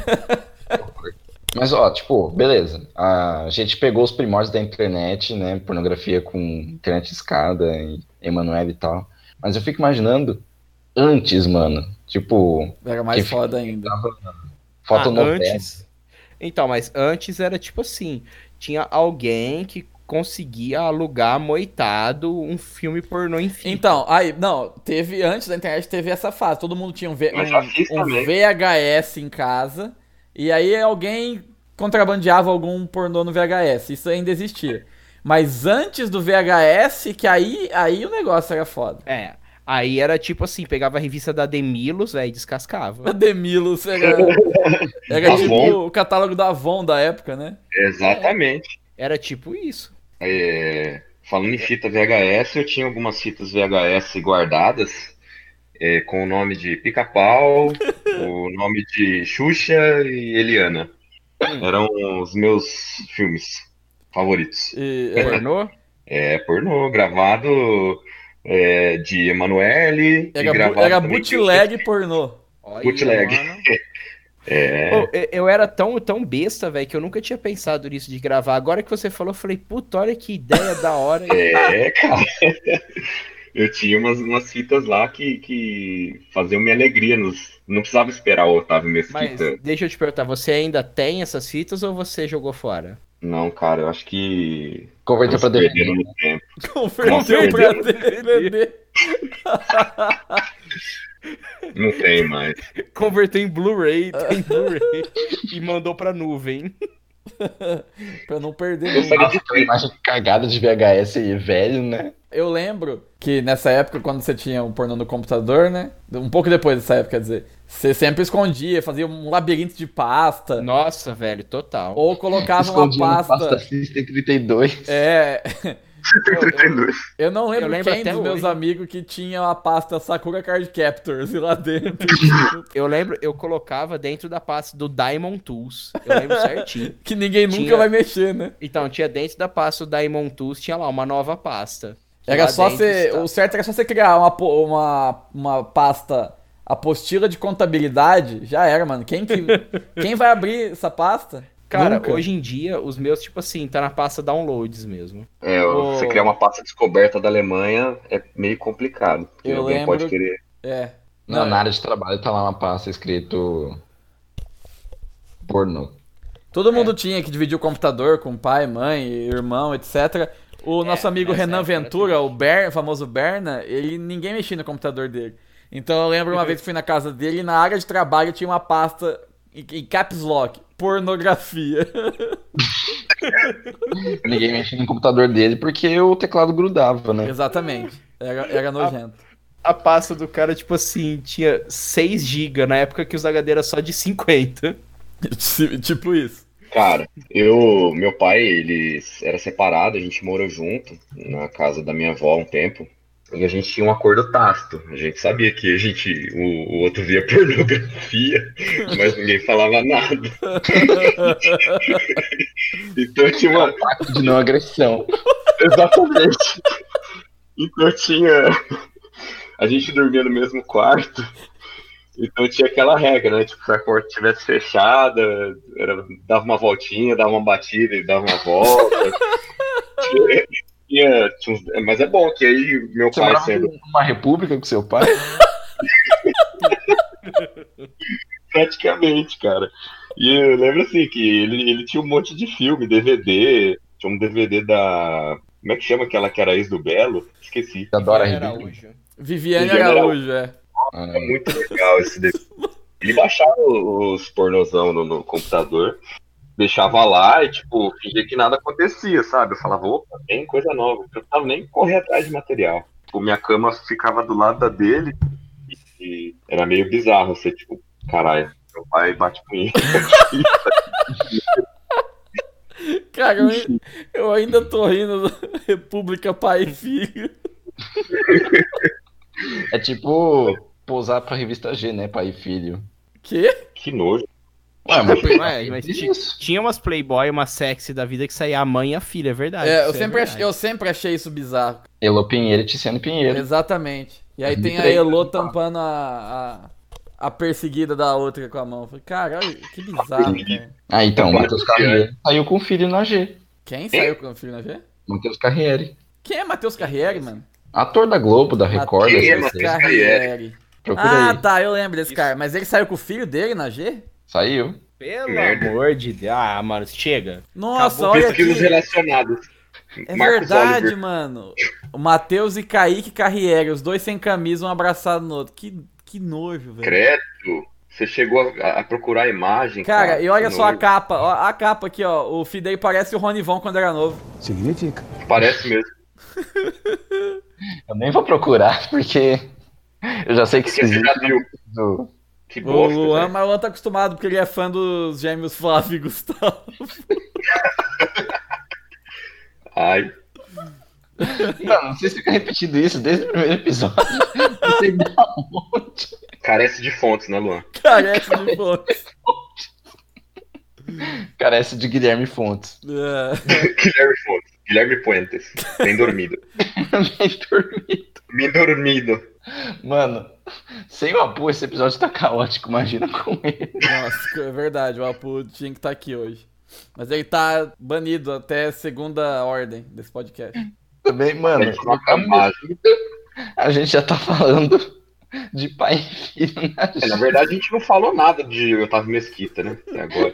mas ó, tipo, beleza. A gente pegou os primórdios da internet, né? Pornografia com internet de escada, e Emanuel e tal. Mas eu fico imaginando antes, mano. Tipo,
Era mais
Que
foda ainda.
foto
Ah, antes. Então, mas antes era tipo assim, tinha alguém que conseguia alugar moitado um filme pornô em fita.
Então, aí, não, teve, antes da internet teve essa fase, todo mundo tinha um, V-
Eu já fiz
um- um
também.
VHS em casa, e aí alguém contrabandeava algum pornô no VHS, isso ainda existia. Mas antes do VHS, que aí, aí o negócio era foda. <laughs>
É. Aí era tipo assim, pegava a revista da Demilos, velho, e descascava.
O Demilos
<laughs>
era, era
Avon.
tipo o catálogo da Avon da época, né?
Exatamente.
Era tipo isso.
É, falando em fita VHS, eu tinha algumas fitas VHS guardadas, é, com o nome de
<laughs>
Pica-Pau, o nome de Xuxa e Eliana.
Hum.
Eram os meus filmes favoritos.
E, é,
Pornô?
É pornô, gravado é, de Emanuele, e
era bu-
gravado
era
também-
bootleg
<laughs>
pornô.
Olha,
Bootleg. <laughs> É.
mano. Pô, eu- eu era tão, tão besta, velho, que eu nunca tinha pensado nisso de gravar. Agora que você falou, eu falei, puta, olha que ideia da hora.
<laughs> É, cara. Eu tinha umas, umas fitas lá que, que faziam minha alegria. Nos... Não precisava esperar o Otávio
Mas
Mesquita.
deixa eu te perguntar, você ainda tem essas fitas ou você jogou fora?
Não, cara, eu acho que.
Converteu pra
Eles perderam
DVD.
no tempo.
Converteu pra DVD.
Não tem mais.
Converteu em Blu-ray, <laughs> tem Blu-ray e mandou pra nuvem.
pra não perder
Eu
nunca.
sabia de
Nossa,
tudo.
imagem cagada de VHS e velho, né?
Eu lembro que nessa época, quando você tinha um pornô no computador, né? Um pouco depois dessa época, quer dizer. Você sempre escondia, fazia um labirinto de pasta.
Nossa, velho, total.
Ou colocava uma
Escondido na
pasta.
pasta System 32.
É. <laughs> <laughs> Eu não lembro,
Eu lembro
quem
até
dos meus
hoje.
amigos que tinha a pasta Sakura Card Captors e lá dentro.
Eu lembro, eu colocava dentro da pasta do Diamond Tools. Eu <laughs> lembro certinho.
que ninguém nunca
Tinha.
vai mexer, né?
Então, tinha dentro da pasta do Diamond Tools, tinha lá uma nova pasta.
Era
Lá
É só
dentro
você.
está-
O certo era só você criar uma, po- uma, uma pasta apostila de contabilidade. Já era, mano. Quem, <laughs> que, quem vai abrir essa pasta?
Cara,
Nunca.
hoje em dia, os meus, tipo assim, tá na pasta downloads mesmo.
É,
Ô.
você criar uma pasta descoberta da Alemanha é meio complicado. porque
Eu
alguém pode
lembro-
querer.
É.
Não,
Não,
na área de trabalho tá lá uma pasta escrito pornô.
É. Todo mundo tinha que dividir o computador com pai, mãe, irmão, etc. O nosso amigo
nessa
Renan
época era
Ventura, o Ber, o famoso Berna, ele ninguém mexia no computador dele. Então eu lembro <laughs> uma vez que fui na casa dele e na área de trabalho tinha uma pasta em, em caps lock, pornografia. <laughs>
Ninguém mexia no computador dele porque o teclado grudava, né?
Exatamente. Era, era nojento.
A pasta do cara, tipo assim, tinha 6 GB na época que os HD era só de 50.
<laughs> tipo isso.
Cara, eu, meu pai, ele era separado, a gente morou junto na casa da minha avó há um tempo. E a gente tinha um acordo tácito. A gente sabia que a gente, o, o outro via <laughs> pornografia, mas ninguém falava nada. então eu tinha uma.
De não agressão.
Exatamente. Então eu tinha. <laughs> A gente dormia no mesmo quarto. Então tinha aquela regra, né? Tipo, se a porta estivesse fechada, era- dava uma voltinha, dava uma batida e dava uma volta. Tinha- tinha- tinha uns- Mas é bom que aí meu
Você
pai
morava
sendo.
numa república com seu pai?
Praticamente, cara. E eu lembro assim que ele, ele tinha um monte de filme, DVD. Tinha um DVD da. Como é que chama aquela que era ex do Belo? Esqueci.
Adora
Era
Ribeiro.
hoje.
Viviane
Viviane
Araújo, é.
Ah,
É muito legal esse DVD. Ele baixava os pornozão no, no computador, deixava lá e, tipo, fingia que nada acontecia, sabe? Eu falava, opa, tem coisa nova. Eu não precisava nem correr atrás de material. Tipo, minha cama ficava do lado da dele e, e era meio bizarro você, tipo, caralho, meu pai bate com ele. <laughs>
Cara, eu, eu ainda tô rindo do <laughs> República Pai e Filho.
É tipo pousar pra revista G, né? Pai e filho.
Quê?
Que nojo.
Ué, mas
Ué, mas ti-
isso.
tinha umas Playboy, uma sexy da vida que saía a mãe e a filha, é verdade.
É, eu,
isso é
sempre achei,
verdade.
eu sempre achei isso bizarro.
Elô Pinheiro e Tiziano Pinheiro.
Exatamente. E aí tem a
2003,
Elô tampando a, a, a perseguida da outra com a mão. Eu Falei, cara, olha, que bizarro, né?" cara.
Ah, então, Matheus Carriere saiu com o filho na G.
Quem saiu com o filho na G?
Matheus Carriere.
Quem é Matheus Carriere, mano?
Ator da Globo, da Record,
Quem é
da
Matheus
SBT.
Carriere.
Procura
Ah,
aí.
tá, eu lembro desse cara. Mas ele saiu com o filho dele na G?
Saiu.
Pelo
Merda.
amor de Deus. Ah, mano, chega.
Nossa, olha
Pesquisas
aqui.
relacionadas.
É
Marcos
verdade,
Oliver.
mano. O Matheus e Kaique Carriere, os dois sem camisa, um abraçado no outro. Que, que nojo, velho.
Credo. Você chegou a, a procurar a imagem.
Cara, e olha
que
só a
nojo.
capa. Ó, a capa aqui, ó. O Fidei parece o Ronivon quando era novo.
Significa.
Parece mesmo.
Eu nem vou procurar, <laughs> porque eu já sei que isso
Você
existe.
já viu.
do-
Que
O
bosta.
Luan,
né?
mas o Luan tá acostumado, porque ele é fã dos gêmeos Flávio e Gustavo. <laughs>
Ai,
Mano, não sei se fica repetindo isso desde o primeiro episódio. <laughs> Não sei da onde.
Carece de fontes, né, Luan?
Carece de fontes.
Carece de Guilherme Fontes. <laughs>
É.
Guilherme Fontes. Guilherme Puentes.
<laughs>
Bem dormido.
Bem dormido.
Bem dormido.
Mano, sem o Apu, esse episódio tá caótico, imagina com ele.
Nossa, é verdade, o Apu tinha que estar aqui hoje. Mas ele tá banido até segunda ordem desse podcast.
É.
Também, mano,
Ele coloca
a minha
mágica.
vida, a gente já tá falando de pai e filho na
É, na
gente.
verdade, a gente não falou nada de Otávio Mesquita, né? Até agora.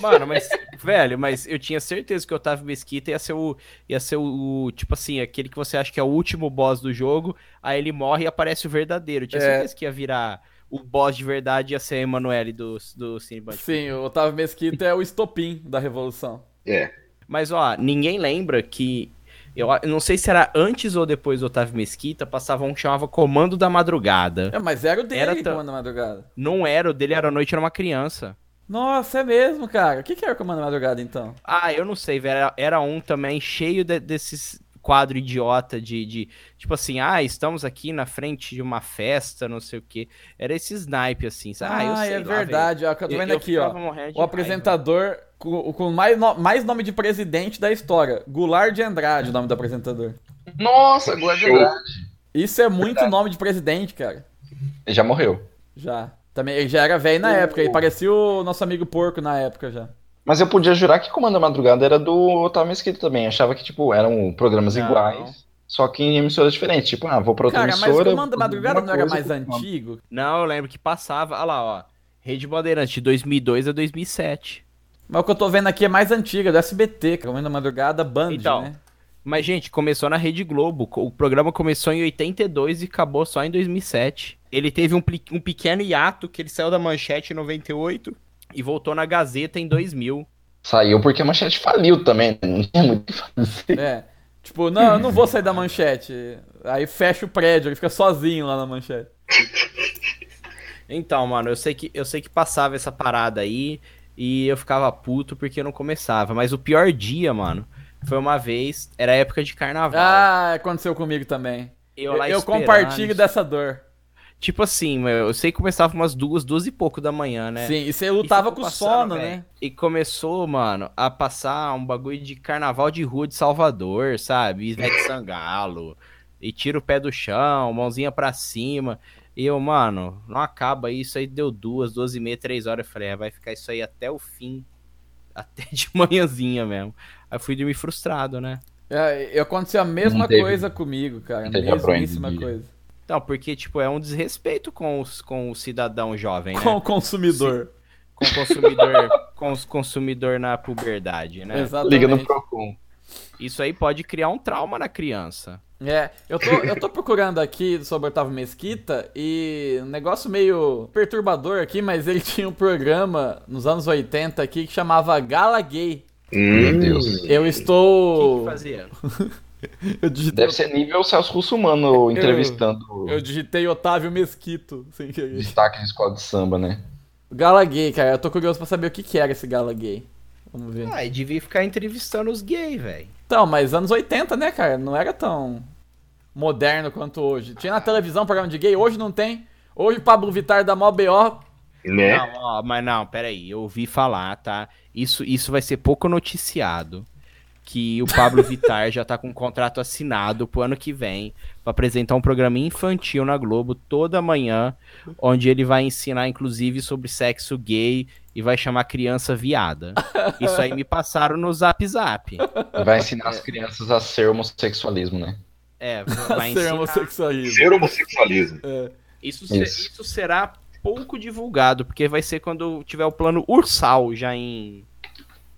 Mano, mas, <laughs> velho, mas eu tinha certeza que o Otávio Mesquita ia ser o. ia ser o, o- Tipo assim, aquele que você acha que é o último boss do jogo, aí ele morre e aparece o verdadeiro. Eu tinha
É.
certeza que ia virar o boss de verdade ia ser a Emanuele do, do Cineband.
Sim, o Otávio Mesquita é o estopim da revolução.
É.
Mas, ó, ninguém lembra que. Eu a- eu não sei se era antes ou depois do Otávio Mesquita, passava um que chamava Comando da Madrugada.
É, mas era o dele
Era
era
tão-
Comando Madrugada.
Não era, o dele era à noite, era uma criança.
Nossa, é mesmo, cara. O que, que era o Comando Madrugada, então?
Ah, eu não sei, velho. Era, era um também cheio de- desses quadro idiota de, de. Tipo assim, ah, estamos aqui na frente de uma festa, não sei o quê. Era esse snipe, assim. sabe? Ah, eu sei
é
lá,
verdade. Ó, que eu tô
velho.
vendo
Eu- eu
aqui, ó.
ficava morrendo de
O
raiva.
apresentador com, o- com mais, no- mais nome de presidente da história. Goulart de Andrade, o nome do apresentador.
Nossa, Glória
Show.
Andrade.
Isso é muito nome de presidente, cara.
Ele já morreu.
Já. Também, ele já era velho na época, ele parecia o nosso amigo porco na época já.
Mas eu podia jurar que Comando da Madrugada era do Otávio Mesquita também. Achava que, tipo, eram programas
Não.
iguais, só que em emissoras diferentes. Tipo, ah, vou pra outra
Cara, mas
emissora.
o Comando da
vou fazer
Madrugada
alguma
não era
coisa,
mais
vou pro Comando.
antigo?
Não, eu lembro que passava. Olha lá, ó. Rede Bandeirante, de 2002 a 2007.
Mas o que eu tô vendo aqui é mais antiga, do SBT, que é o Comando da Madrugada Band,
Então,
né?
Mas, gente, começou na Rede Globo. O programa começou em 82 e acabou só em 2007. Ele teve um, pli- um pequeno hiato que ele saiu da manchete em 98 e voltou na Gazeta em 2000.
Saiu porque a manchete faliu também, né? não tinha muito o que fazer.
É. Tipo, não, eu não vou sair da manchete. Aí fecha o prédio, ele fica sozinho lá na manchete.
Então, mano, eu sei que eu sei que passava essa parada aí e eu ficava puto porque eu não começava. Mas o pior dia, mano, foi uma vez, era época de carnaval.
Ah, aconteceu comigo também. Eu,
eu lá
eu
esperando.
compartilho dessa dor.
Tipo assim, meu, eu sei que começava umas duas, duas e pouco da manhã, né?
Sim, e você
E
lutava
ficou
com
passando,
sono,
velho.
né?
E começou, mano, a passar um bagulho de carnaval de rua de Salvador, sabe? Ivete Sangalo. E tira o pé do chão, mãozinha pra cima. E eu, mano, não acaba isso. Aí deu duas, duas e meia, três horas. Eu falei, é, vai ficar isso aí até o fim. Até <laughs> de manhãzinha mesmo. Aí eu fui dormir frustrado, né?
É, e aconteceu a mesma
Não teve-
coisa comigo, cara. A
não teve apoio
mesmíssima
de-
coisa.
Então, porque, tipo, é um desrespeito com, os, com o cidadão jovem, né?
Com o consumidor.
Com o consumidor, com os consumidor na puberdade, né?
Exatamente.
Liga no Procon.
Isso aí pode criar um trauma na criança.
É, eu tô, eu tô procurando aqui sobre Otávio Mesquita e um negócio meio perturbador aqui, mas ele <laughs> tinha um programa nos anos 80 aqui que chamava Gala Gay.
Hum,
Meu Deus.
Eu
O que que
estou.
fazia?
Eu digitei,
Deve ser nível Celso Russo Mano entrevistando
eu digitei Otávio Mesquito, sem
<laughs>
o
querer.
destaque de escola de samba, né?
Gala Gay, cara, eu tô curioso pra saber o que, que era esse Gala Gay. Vamos ver.
Ah, e devia ficar entrevistando os gays, velho.
Então, mas anos 80, né, cara? Não era tão moderno quanto hoje. Tinha na televisão um programa de gay, hoje não tem. Hoje Pablo Vittar da Mó BO
né?
Não, ó, mas não, peraí, eu ouvi falar, tá? Isso, isso vai ser pouco noticiado. Que o Pablo Vittar já tá com um contrato assinado pro ano que vem pra apresentar um programa infantil na Globo toda manhã, onde ele vai ensinar, inclusive, sobre sexo gay e vai chamar criança viada. Isso aí me passaram no zap zap.
Vai ensinar as crianças a ser homossexualismo, né?
É, vai
ser
ensinar.
homossexualismo.
Ser homossexualismo.
Isso, se-
Isso.
isso será pouco divulgado, porque vai ser quando tiver o plano ursal já em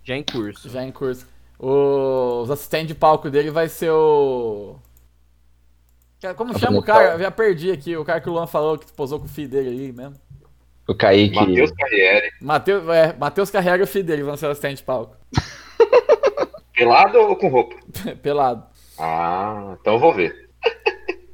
já em curso.
Já em curso. O- Os assistentes de palco dele vai ser o. Cara,
Tá
Como chama o cara? Eu já perdi aqui. O cara que o Luan falou que posou com o filho dele ali mesmo.
O Kaique.
Matheus Carriere.
Matheus é, Mateus Carrega e o filho dele vão ser o assistente de palco.
Pelado ou com roupa?
Pelado. <laughs>
Ah, então eu vou ver.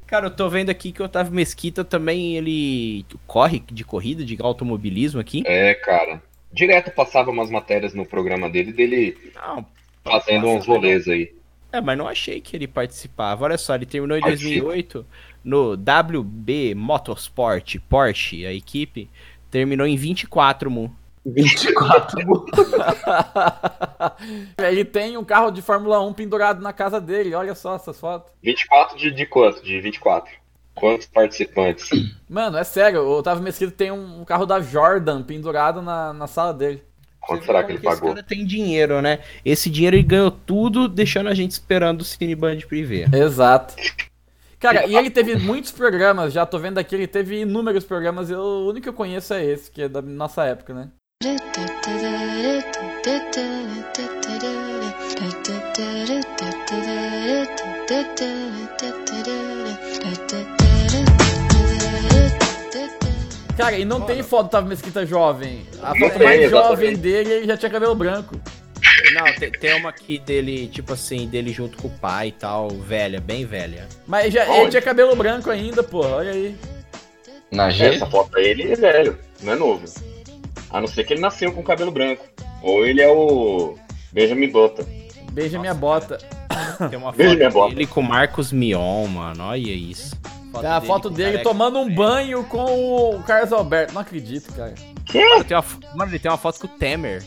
Cara, eu tô vendo aqui que o Otávio Mesquita também ele corre de corrida, de automobilismo aqui.
É, cara. Direto passava umas matérias no programa dele, dele
Não,
fazendo um- uns rolês aí.
é, mas não achei que ele participava. Olha só, ele terminou em
Participa.
2008 no WB Motorsport Porsche, a equipe terminou em 24 mu.
24.
Ele tem um carro de Fórmula 1 pendurado na casa dele. Olha só essas fotos.
24 de, de quanto? De 24. Quantos participantes?
Mano, é sério. O Otávio Mesquita tem um um carro da Jordan pendurado na, na sala dele.
Você
Quanto
vê
será
como
que ele
esse
pagou?
cara tem dinheiro, né? Esse dinheiro ele ganhou tudo, deixando a gente esperando o Cineband Privé.
Exato. Cara, e ele teve muitos programas, já tô vendo aqui, ele teve inúmeros programas, eu, o único que eu conheço é esse, que é da nossa época, né? Cara, e não tem foto do Otávio Mesquita jovem. A
Não
foto
tem,
mais jovem
exatamente.
dele, ele já tinha cabelo branco.
Não, tem, tem uma aqui dele, tipo assim, dele junto com o pai e tal, velha, bem <laughs> velha.
Mas já, ele
Olha.
tinha cabelo branco ainda, porra, olha aí.
Na G?
Essa foto aí, ele é velho, não é novo. A não ser que ele nasceu com cabelo branco. Ou ele é o Benjamin Button.
Beija minha bota.
Nossa, Tem uma
Beijo, minha
foto
bota.
dele com o Marcos Mion, mano, olha isso.
Tem a foto
com
dele
careca.
tomando um banho com o Carlos Alberto. Não acredito, cara.
Mano, Ah! tem uma fo- mano, ele tem uma foto com o Temer.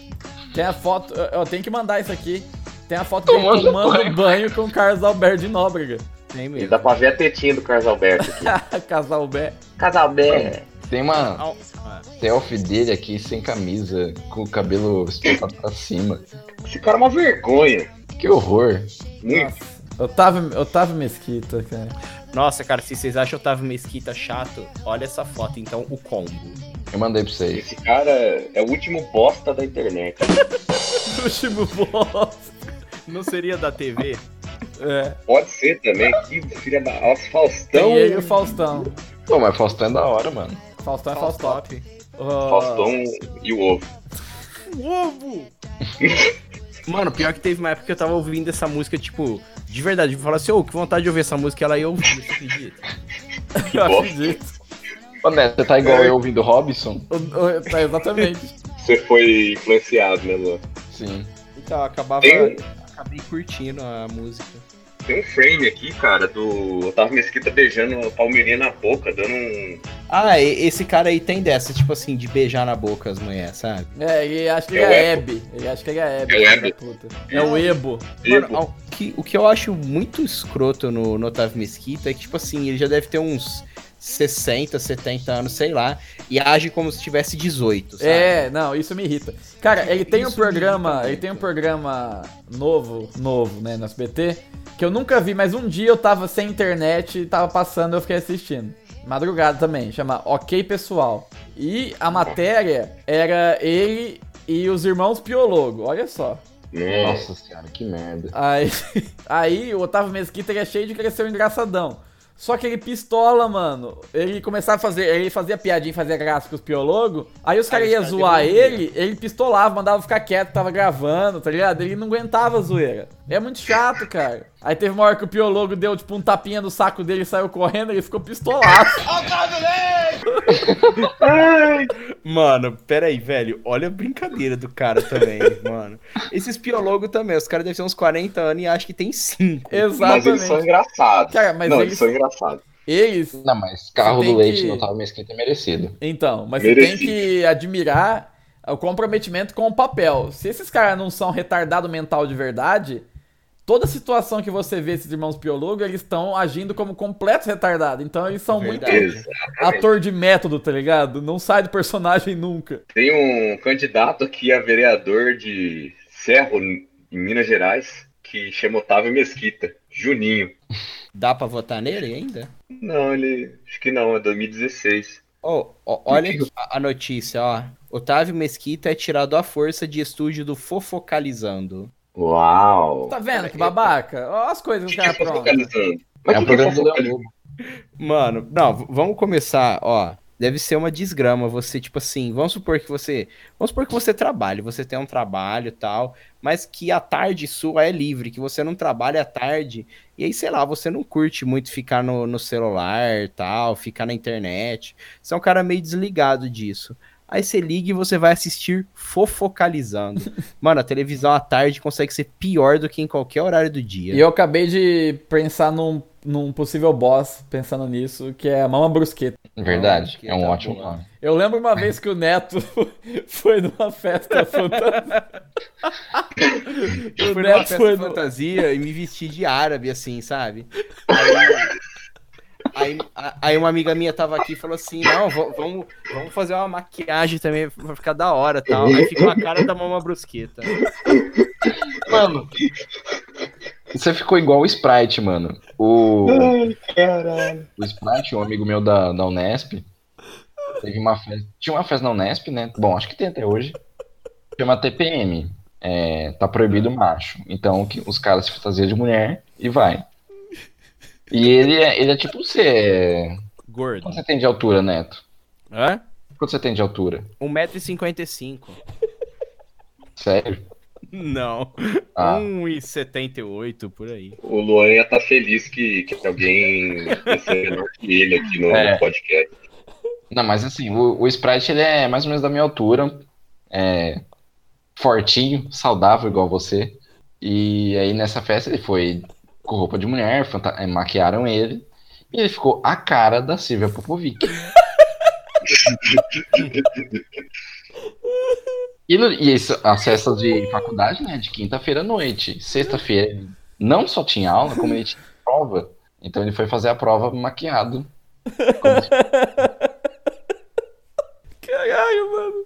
Tem a foto. Eu, eu tenho que mandar isso aqui. Tem a foto
Tomando
dele tomando um banho. com o Carlos Alberto de Nóbrega.
Tem
E
mesmo.
dá pra ver a tetinha do Carlos Alberto aqui.
<laughs> Casalbé.
Carlos Alberto.
Tem uma
Não, ah,
selfie dele aqui sem camisa, com o cabelo espetado pra cima.
Esse cara é uma vergonha.
Que horror.
Muito.
Otávio, Otávio Mesquita,
<laughs>
cara.
Nossa, cara, se vocês acham o Otávio Mesquita chato, olha essa foto, então, o combo.
Eu mandei pra vocês.
Esse cara é o último bosta da internet.
Último boss.
Não seria da TV?
É.
Pode ser também, que filha da. Nossa, Faustão.
Tem ele e o Faustão.
Pô, mas Faustão é da hora, mano.
Faustão é Faustop. Ah,
Faustão e o ovo.
Ovo!
Mano, pior que teve uma época que eu tava ouvindo essa música, tipo, de verdade, eu falava assim, ô, que vontade de ouvir essa música, ela ia ouvir, você acredita?
<laughs> Eu acredito.
Ô, Neto, você tá igual eu ouvindo Robson?
O- o- tá, exatamente.
Você foi influenciado, né, Luan?
Sim.
Então, eu acabava.
Tem- um,
Acabei curtindo a música.
Tem um frame aqui, cara, do Otávio Mesquita beijando a Palmeirinha na boca, dando um.
Ah, e- esse cara aí tem dessa, tipo assim, de beijar na boca as mulheres, sabe?
É, ele acha que ele
É o
é
Ebo.
Hebe. Ele acha que ele é
É
Hebe.
o
filho da
Ebo.
puta. É o Ebo.
Mano,
Ebo.
ao- que- o que eu acho muito escroto no, no Otávio Mesquita é que, tipo assim, ele já deve ter uns 60, 70 anos, sei lá, e age como se tivesse 18, sabe?
É, não, isso me irrita. Cara, ele tem um
Isso me
programa,
irrita
ele tem um
muito.
programa novo, novo, né, no SBT, que eu nunca vi, mas um dia eu tava sem internet, e tava passando, eu fiquei assistindo. Madrugada também, chama OK Pessoal. E a matéria era ele e os irmãos Piologo, olha só.
Nossa.
Nossa senhora, que merda.
Aí, <laughs> aí o Otávio Mesquita ele é cheio de crescer um engraçadão. Só que ele pistola, mano. Ele começava a fazer. Ele fazia piadinha, fazia graça com os piologos. Aí os caras
Ah, os
iam
caras
zoar
devolviam.
ele, ele pistolava, mandava ficar quieto, tava gravando, tá ligado? Ele não aguentava a zoeira. É muito chato, cara. Aí teve uma hora que o piologo deu, tipo, um tapinha no saco dele e saiu correndo, ele ficou pistolado.
<laughs>
Mano, peraí, velho. Olha a brincadeira do cara também, <laughs> mano. Esses piologos também, os caras devem ter uns 40 anos e acho que tem 5.
Mas eles são
Exatamente.
engraçados.
Cara, mas
não, eles...
eles-
são engraçados.
Eles
Não, mas carro
Você tem
do leite
que-
não tava mesquita é merecido.
Então, mas você
Merecido.
tem que admirar o comprometimento com o papel. Se esses caras não são retardado mental de verdade, toda situação que você vê esses irmãos Piologo, eles estão agindo como completos retardados. Então eles são
Verdade.
muito
Exatamente.
ator de método, tá ligado? Não sai do personagem nunca.
Tem um candidato aqui a vereador de Cerro, em Minas Gerais, que chama Otávio Mesquita. Juninho.
Dá pra votar nele ainda?
Não, ele. Acho que não, é 2016.
Ó, ó, olha aqui a a notícia, ó. Otávio Mesquita é tirado à força de estúdio do Fofocalizando.
Uau!
Tá vendo que babaca? Olha as coisas que o
Quem
cara
tá
apronta.
focalizando?
é
Mas quem tá
um programa do Leão
focalizando?
Lobo.
Mano, não, v- vamos começar, ó. Deve ser uma desgrama você, tipo assim, vamos supor que você. Vamos supor que você trabalhe, você tem um trabalho e tal, mas que a tarde sua é livre, que você não trabalha à tarde. E aí, sei lá, você não curte muito ficar no, no celular e tal, ficar na internet. Você é um cara meio desligado disso. Aí você liga e você vai assistir fofocalizando. Mano, a televisão à tarde consegue ser pior do que em qualquer horário do dia.
E eu acabei de pensar num, num possível boss, pensando nisso, que é a Mama Brusqueta.
Verdade,
que
é um
tá
ótimo
bom.
nome.
Eu lembro uma vez que o Neto <laughs> foi numa festa fantasia.
Eu
o
fui numa
Neto
festa
foi
de
no...
fantasia e me vesti de árabe, assim, sabe? Aí, aí, a- aí uma amiga minha tava aqui e falou assim, não, va- vamos, vamos fazer uma maquiagem também, vai ficar da hora e tal. Aí ficou a cara da mama brusqueta.
Mano, você ficou igual o Sprite, mano. O.
Caralho.
O Sprite, um amigo meu da, da Unesp, teve uma festa. Tinha uma festa na Unesp, né? Bom, acho que tem até hoje. Chama TPM. É, tá proibido macho. Então que os caras se fantasiam de mulher e vai. E ele é, ele é tipo você.
Gordo.
Quanto você tem de altura, Neto?
Hã?
Quanto você tem de altura?
1,55m.
Sério?
Não.
Ah.
1,78m por aí.
O Luan ia estar feliz que, que alguém pensou menor que ele aqui no
É.
no podcast.
Não, mas assim, o, o Sprite ele é mais ou menos da minha altura. É fortinho, saudável igual você. E aí nessa festa ele foi com roupa de mulher, fanta- eh, maquiaram ele. E ele ficou a cara da Silvia Popovic. e, no- e isso, as festas de faculdade, né? De quinta-feira à noite. Sexta-feira ele não só tinha aula, como ele tinha prova. Então ele foi fazer a prova maquiado. Como se
Caralho, mano.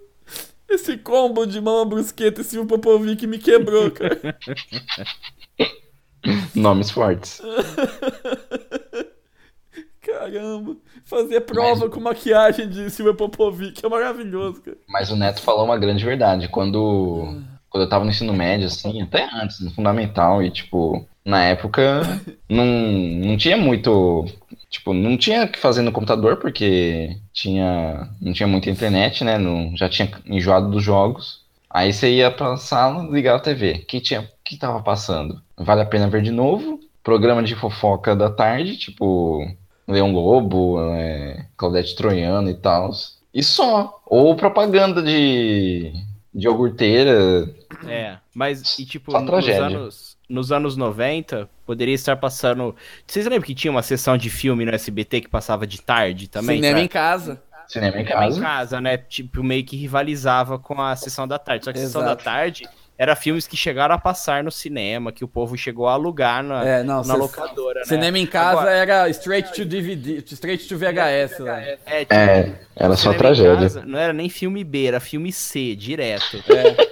Esse combo de Mama Brusqueta e Silvio Popovic me quebrou, <laughs> cara.
Nomes fortes.
Caramba. Fazer prova com maquiagem de Silvio Popovic é maravilhoso, cara.
Mas o Neto falou uma grande verdade. Quando, quando eu tava no ensino médio, assim, até antes, no fundamental, e tipo, na época não, não tinha muito. Tipo, não tinha o que fazer no computador, porque tinha, não tinha muita internet, né? Não, já tinha enjoado dos jogos. Aí você ia pra sala, ligava a TV. O que, tinha, que tava passando? Vale a pena ver de novo? Programa de fofoca da tarde, tipo Leão Lobo, é, Claudete Troiano e tal. E só. Ou propaganda de, de iogurteira.
É, mas, e tipo,
Só
nos
tragédia.
anos, nos anos 90, poderia estar passando. Vocês lembram que tinha uma sessão de filme no SBT que passava de tarde também? né?
Cinema
cara?
é em casa.
Cinema
Cinema
em
em
casa.
casa, né? Tipo, meio que rivalizava com a sessão da tarde. Só que a sessão da
Exato.
tarde era filmes que chegaram a passar no cinema, que o povo chegou a alugar na,
É, não,
Ah, na
cê-
locadora, né?
Cinema em casa
Agora-
era straight to DVD, straight to VHS. né?
É, tipo,
É, era só
cinema em
tragédia.
casa não era nem filme B, era filme C, direto.
É.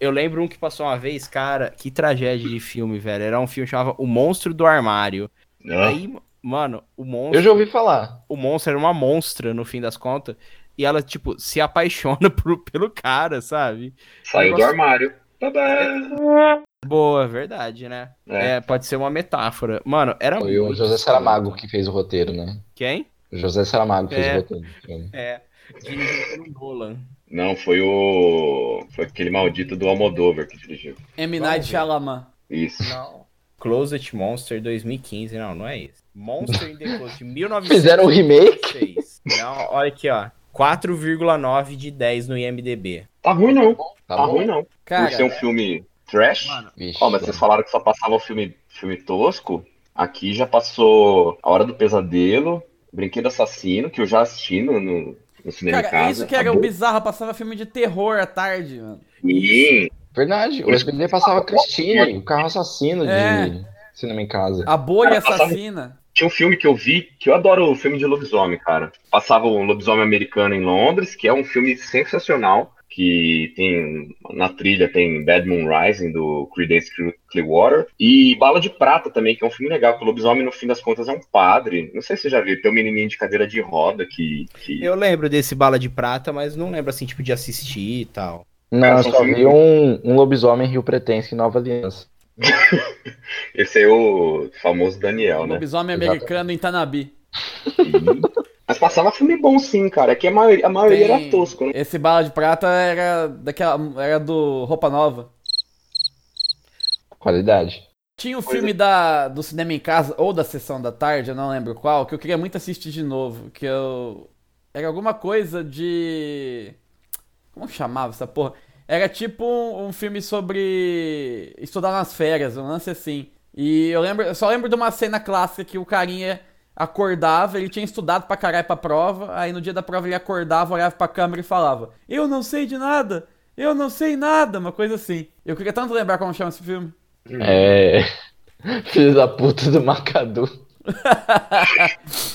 Eu lembro um que passou uma vez, cara, que tragédia de filme, velho. Era um filme que chamava O Monstro do Armário.
Ah,
Aí, mano, o monstro,
Eu já ouvi falar.
o monstro era uma monstra, no fim das contas. E ela, tipo, se apaixona <laughs> por- pelo cara, sabe?
saiu do armário. Tadá!
Boa, verdade, né?
É.
É, pode ser uma metáfora. Mano, era
Foi o
muito
José
escroto.
Saramago que fez o roteiro, né?
Quem?
O José Saramago fez
É.
o roteiro. do filme.
É. Dirigido pelo Nolan.
Não, foi o. Foi aquele maldito do Almodóvar que dirigiu.
É, M. Night Shyamalan.
Isso.
Não. Closet Monster 2015, não, não é isso. Monster in the Closet, 1916.
Fizeram um remake?
<laughs> Não, olha aqui, ó. 4,9 de 10 no IMDB.
Tá ruim não.
Tá
Tá,
bom?
ruim não.
Cara,
Por ser um filme trash.
Mano,
Vixe,
Ó, mas vocês falaram que só passava o filme, filme tosco. Aqui já passou A Hora do Pesadelo, Brinquedo Assassino, que eu já assisti no, no, no cinema em
cara é
casa.
isso que era o bizarro, passava filme de terror à tarde, mano.
Sim,
Verdade, o SBT
tá
passava
né?
Christine, o carro assassino de
É.
cinema em
Tá
casa.
A bolha
Cara, passava-
assassina.
Tinha um filme que eu vi, que eu adoro o filme de lobisomem, cara. Passava o Lobisomem Americano em Londres, que é um filme sensacional, que tem na trilha tem Bad Moon Rising do Creedence Clear- Clearwater e Bala de Prata também, que é um filme legal, que o lobisomem no fim das contas é um padre. Não sei se você já viu, tem um menininho de cadeira de roda que, que...
Eu lembro desse Bala de Prata, mas não lembro, assim, tipo, de assistir e tal.
Não, eu
são
só
filmes-
vi um, um lobisomem Rio Pretense em Nova Aliança.
esse é o famoso
<laughs>
Daniel, né?
Lobisomem americano em Tanabi.
Mas passava filme bom sim, cara. É que a maioria, a maioria
Tem-
era tosco, né?
Esse bala de prata era daquela. era do Roupa Nova.
Qualidade. <laughs>
Tinha um filme da, do cinema em casa, ou da sessão da tarde, eu não lembro qual, que eu queria muito assistir de novo. Que eu. Era alguma coisa de. Como chamava essa porra? Era tipo um, um filme sobre. estudar nas férias, um lance assim. E eu lembro. Eu só lembro de uma cena clássica que o carinha acordava, ele tinha estudado pra caralho pra prova, aí no dia da prova ele acordava, olhava pra câmera e falava: Eu não sei de nada! Eu não sei nada! Uma coisa assim. Eu queria tanto lembrar como chama esse filme.
É. Filho da puta do Macadu.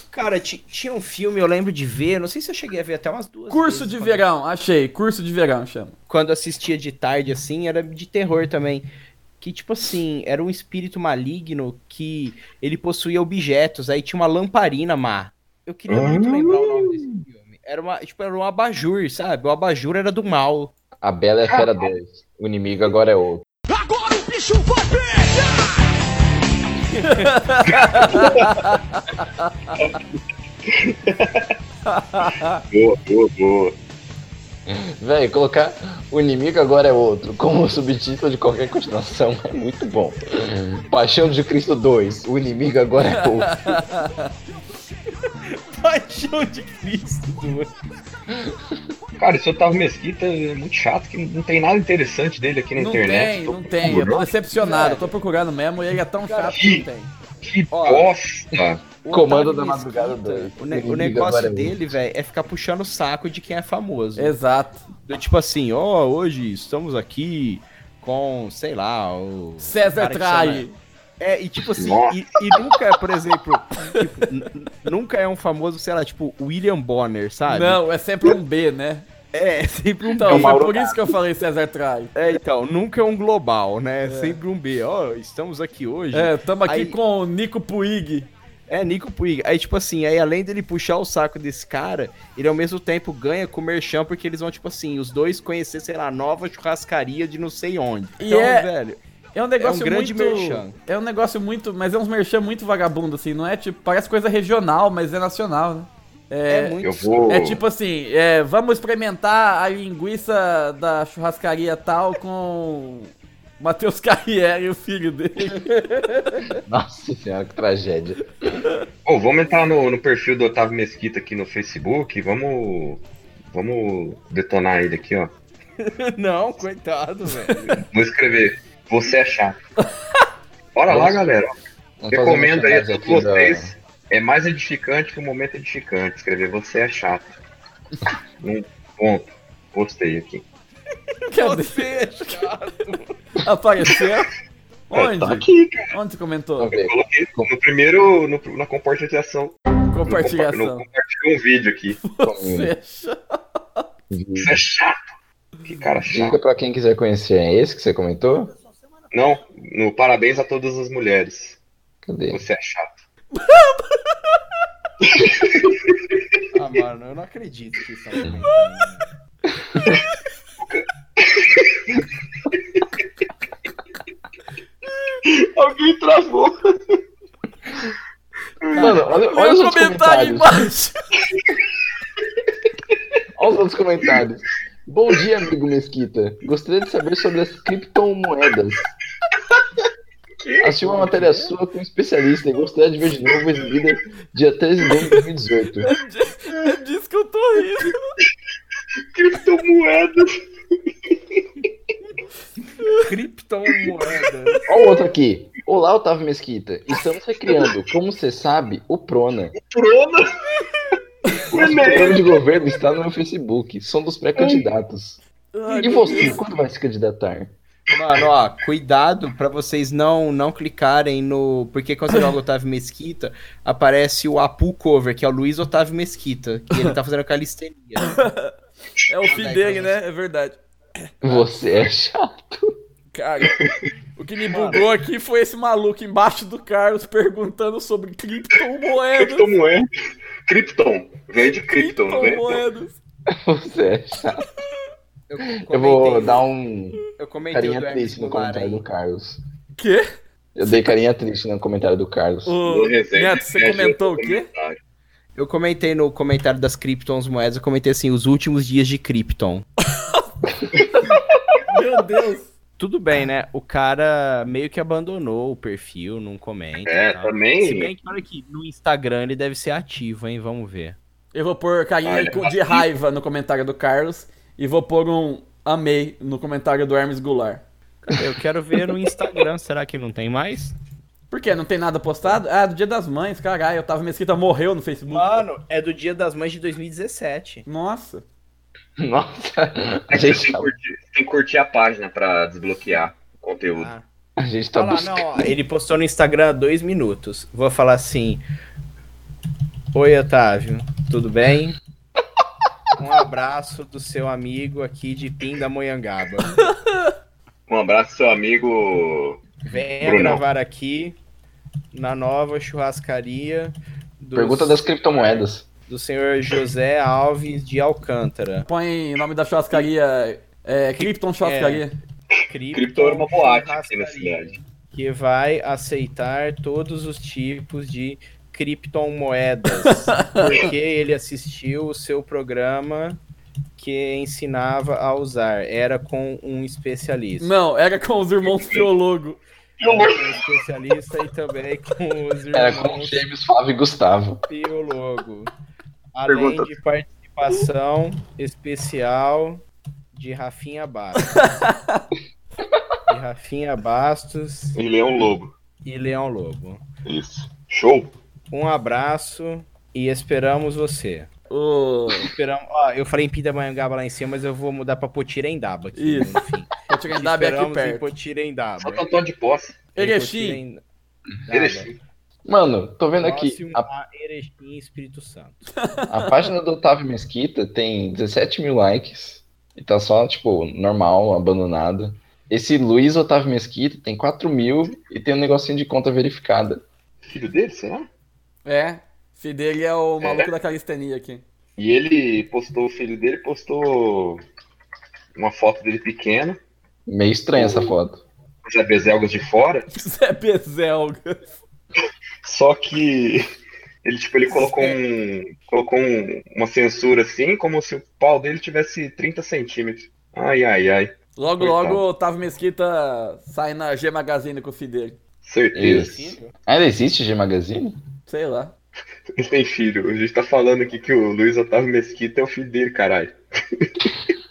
Cara, ti- tinha um filme, eu lembro de ver, não sei se eu cheguei a ver até umas duas
Curso
vezes
de
quando-
verão, achei. Curso de verão chama.
Quando assistia de tarde, assim, era de terror também. Que, tipo assim, era um espírito maligno que ele possuía objetos, aí tinha uma lamparina má. Eu queria muito
Ah.
lembrar o nome desse filme. Era, uma, tipo, era um abajur, sabe? O abajur era do mal.
A Bela é Fera 2. O inimigo agora é outro.
<laughs>
Boa, boa, boa.
Véi, colocar o inimigo agora é outro como <laughs> subtítulo de qualquer continuação é muito bom. Paixão de Cristo 2. O inimigo agora é outro.
Paixão de Cristo.
Cara, esse Otávio Mesquita é muito chato, que não tem nada interessante dele aqui na
Não
internet.
tem,
Tô
não tem. Eu tô
procurando.
decepcionado, eu tô procurando mesmo e ele é tão chato que não tem.
Que
Ó.
bosta!
Comando da Madrugada 2.
O, ne-
<laughs>
o negócio dele, velho, é ficar puxando o saco de quem é famoso.
Exato.
Do Tipo assim, ó, hoje estamos aqui com, sei lá, o.
César
cara que
Trai.
É, e tipo assim,
Nossa.
e, e nunca, por exemplo, tipo, n- n- nunca é um famoso, sei lá, tipo, William Bonner, sabe?
Não, é sempre um B, né?
É, é sempre um
Então,
B.
foi por isso que eu falei César Trai.
É, então, nunca é um global, né? É. Sempre um B. Ó, estamos aqui hoje.
É, tamo aqui
Aí-
com o Nico Puig.
É, Nico Puig. Aí, tipo assim, aí além dele puxar o saco desse cara, ele ao mesmo tempo ganha com o Merchan, porque eles vão, tipo assim, os dois conhecer, sei lá, a nova churrascaria de não sei onde.
E
então,
é-
velho,
É um negócio
É um grande
muito.
merchan.
É um negócio muito. Mas é uns merchan muito vagabundo, assim. Não é tipo. Parece coisa regional, mas é nacional, né?
É, muito.
Eu vou.
É tipo assim, é, vamos experimentar a linguiça da churrascaria tal com o Matheus Carriere e o filho dele. <laughs>
Nossa senhora, que tragédia.
Ô, vamos entrar no, no perfil do Otávio Mesquita aqui no Facebook. Vamos. Vamos detonar ele aqui, ó.
Não, coitado, velho.
Vou escrever. Você
<laughs>
é chato. Bora lá,
Nossa.
galera.
Vamos fazer
Recomendo aí a
merchandising
todos
aqui da-
vocês. É mais edificante que o momento edificante. Escrever você é
<laughs>
chato. Num ponto. Postei aqui.
Cadê? Apareceu?
É,
Onde?
tá aqui, Tá cara.
Onde você comentou?
Vamos ver.
Coloquei no primeiro, no- na compartilhação. No compa- No
Compartilhação.
compartilhou um vídeo aqui.
Fecha.
Isso é chato. Que cara chato.
Dica pra quem quiser conhecer, é esse que você comentou?
Não, no parabéns a todas as mulheres.
Cadê?
Você é chato.
Ah, mano, eu não acredito que
é
isso tá
um
acontecendo.
<laughs>
Alguém travou.
Mano, olha, olha
Olha
os
o
outros
comentário
comentários.
embaixo.
Olha os outros comentários. Bom dia, amigo Mesquita. Gostaria de saber sobre as criptomoedas. Achei uma matéria sua com um especialista e gostaria de ver de novo exibida dia 13 de dezembro de 2018.
Eu disse que eu tô rindo.
Criptomoedas.
Criptomoedas.
Olha o outro aqui. Olá, Otávio Mesquita. Estamos recriando, como você sabe, o Prona.
Prona. O
O
Enem.
programa de governo está no meu Facebook. São dos pré-candidatos.
Ai,
E você, quando vai se candidatar?
Mano, ó, cuidado pra vocês não não clicarem no. Porque quando você joga Otávio Mesquita, aparece o Apu Cover, que é o Luiz Otávio Mesquita, que ele tá fazendo calistenia.
É o fim dele, né? É verdade.
Você é chato.
Cara, o que me bugou aqui foi esse maluco embaixo do Carlos perguntando sobre criptomoedas.
Criptomoeda. Krypton. Veio de Krypton, né? não veio?
Criptomoedas.
Você é chato.
Eu,
<laughs> Eu vou dar um
Eu comentei o
carinha
do Hermes
triste no
Goulart
comentário
aí.
do Carlos.
Quê?
Eu dei carinha triste no comentário do Carlos.
Ô,
No resenha,
Neto, você
resenha de
comentou o
outro
quê?
comentário.
Eu comentei no comentário das Kryptons moedas, eu comentei assim, os últimos dias de Krypton.
Meu Deus.
Tudo bem, né? O cara meio que abandonou o perfil, não comenta.
É,
e
Ah,
tal.
também.
Se bem que, olha aqui, no Instagram ele deve ser ativo, hein? Vamos ver.
Eu vou pôr carinha
Olha,
de raiva no comentário do Carlos e vou pôr um amei no comentário do Hermes Goulart.
Eu quero ver no Instagram, <laughs> será que não tem mais?
Por quê? Não tem nada postado? Ah, do Dia das Mães, caralho. Otávio Mesquita morreu no Facebook.
Ah.
Mano, é do Dia das Mães de 2017.
Nossa.
<laughs> Nossa, a
É que você
gente
tem,
tá,
que curtir, você tem que curtir a página pra desbloquear o conteúdo.
Ah.
a gente tá
Olha lá,
buscando.
não, ó, ele postou no Instagram há dois minutos. Vou falar assim: Oi, Otávio, tudo
<laughs>
bem? Um abraço do seu amigo aqui de Pindamonhangaba.
Ah.
Um abraço, seu amigo.
Venha
Bruno.
gravar aqui na nova churrascaria dos-
Pergunta das criptomoedas.
do senhor José Alves de Alcântara.
Põe o nome da churrascaria. É, Krypton Churrascaria.
Cripto era é uma boate aqui na
churrascaria.
cidade.
que vai aceitar todos os tipos de criptomoedas, porque ele assistiu o seu programa que ensinava a usar. Era com um especialista.
Não, era com os irmãos Teologo.
Era com um especialista e também com os
Era
um
com
irmãos
James, Fábio e Gustavo.
biólogo. Além
Pergunta.
de participação especial de Rafinha Bastos. de Rafinha Bastos
E Leão é um Lobo.
e Leão Lobo.
Isso. Show.
Um abraço e esperamos você.
Ô,
Esperamos... ó, eu falei em Pindamonhangaba lá em cima, mas eu vou mudar pra Potirendaba aqui.
Isso.
Enfim.
Potirendaba é aqui
Esperamos em
perto.
Só
Tá
Potirendaba.
tô Antônio de posse. é
Erechim.
Em Potirendaba.
Erechim.
Mano, tô vendo aqui.
Próximo
A,
a Erechim, Espírito Santo.
a página do Otávio Mesquita tem 17 mil likes. E tá só, tipo, normal, abandonado. Esse Luiz Otávio Mesquita tem 4 mil e tem um negocinho de conta verificada.
Filho dele, será?
É. Filho dele é o maluco da calistenia aqui. <laughs>
E ele postou, o filho dele postou uma foto dele pequena.
Uhum.
Meio estranha essa foto.
Zé Bezelgas de fora,
Zé Bezelga.
só que <laughs> ele, tipo, ele colocou, um, colocou um- uma censura assim, como se o pau dele tivesse 30 centímetros. Ai, ai, ai.
Logo, logo,
Coitado.
o Otávio Mesquita sai na G Magazine com o filho dele.
Certeza.
Ah, é,
Ainda existe G Magazine?
Sei lá.
Ele tem filho. A gente tá falando aqui que o Luiz Otávio Mesquita é o filho dele, caralho. <laughs>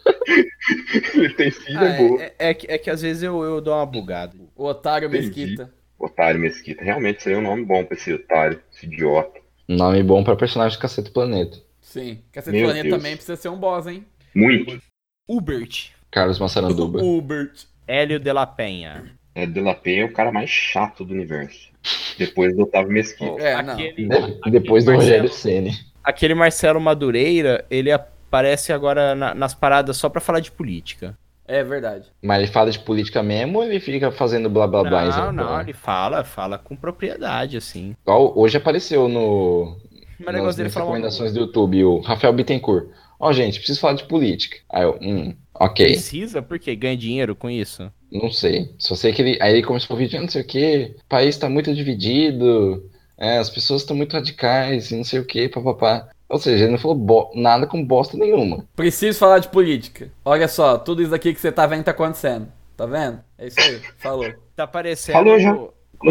ele tem filho,
Ah,
é boa.
é, é- é que, é que às vezes eu, eu dou uma bugada.
O Otário
Entendi.
Mesquita.
Otário Mesquita. Realmente seria um nome bom pra esse otário, esse idiota.
Nome bom pra personagem do Cacete Planeta.
Sim. Cacete
Meu
Planeta
Deus.
também precisa ser um boss, hein?
Muito.
Ubert.
Carlos Massaranduba.
Hubert.
Hélio de la Penha.
É, de La Penha é o cara mais chato do universo. Depois do Otávio Mesquita.
É, não.
Aquele,
De- Né? depois do
Marcelo.
Rogério Ceni.
aquele Marcelo Madureira, ele aparece agora na- nas paradas só pra falar de política.
É verdade.
Mas ele fala de política mesmo ou ele fica fazendo blá blá blá?
não,
Não,
não, ele fala, fala com propriedade, assim.
Igual hoje apareceu no,
Mas o
nas
negócio dele
minhas
falar uma
recomendações do YouTube, o Rafael Bittencourt. Ó, gente, preciso falar de política. Aí eu, hum, ok.
Precisa? Por quê? Ganha dinheiro com isso?
Não sei. Só sei que ele. Aí ele começou o vídeo, "Ah, não sei o que, o país tá muito dividido, é, as pessoas estão muito radicais e não sei o que, papapá. Ou seja, ele não falou bo- nada com bosta nenhuma.
Preciso falar de política. Olha só, tudo isso aqui que você tá vendo tá acontecendo. Tá vendo? É isso
<laughs>
aí. Falou.
Tá aparecendo.
Falou já.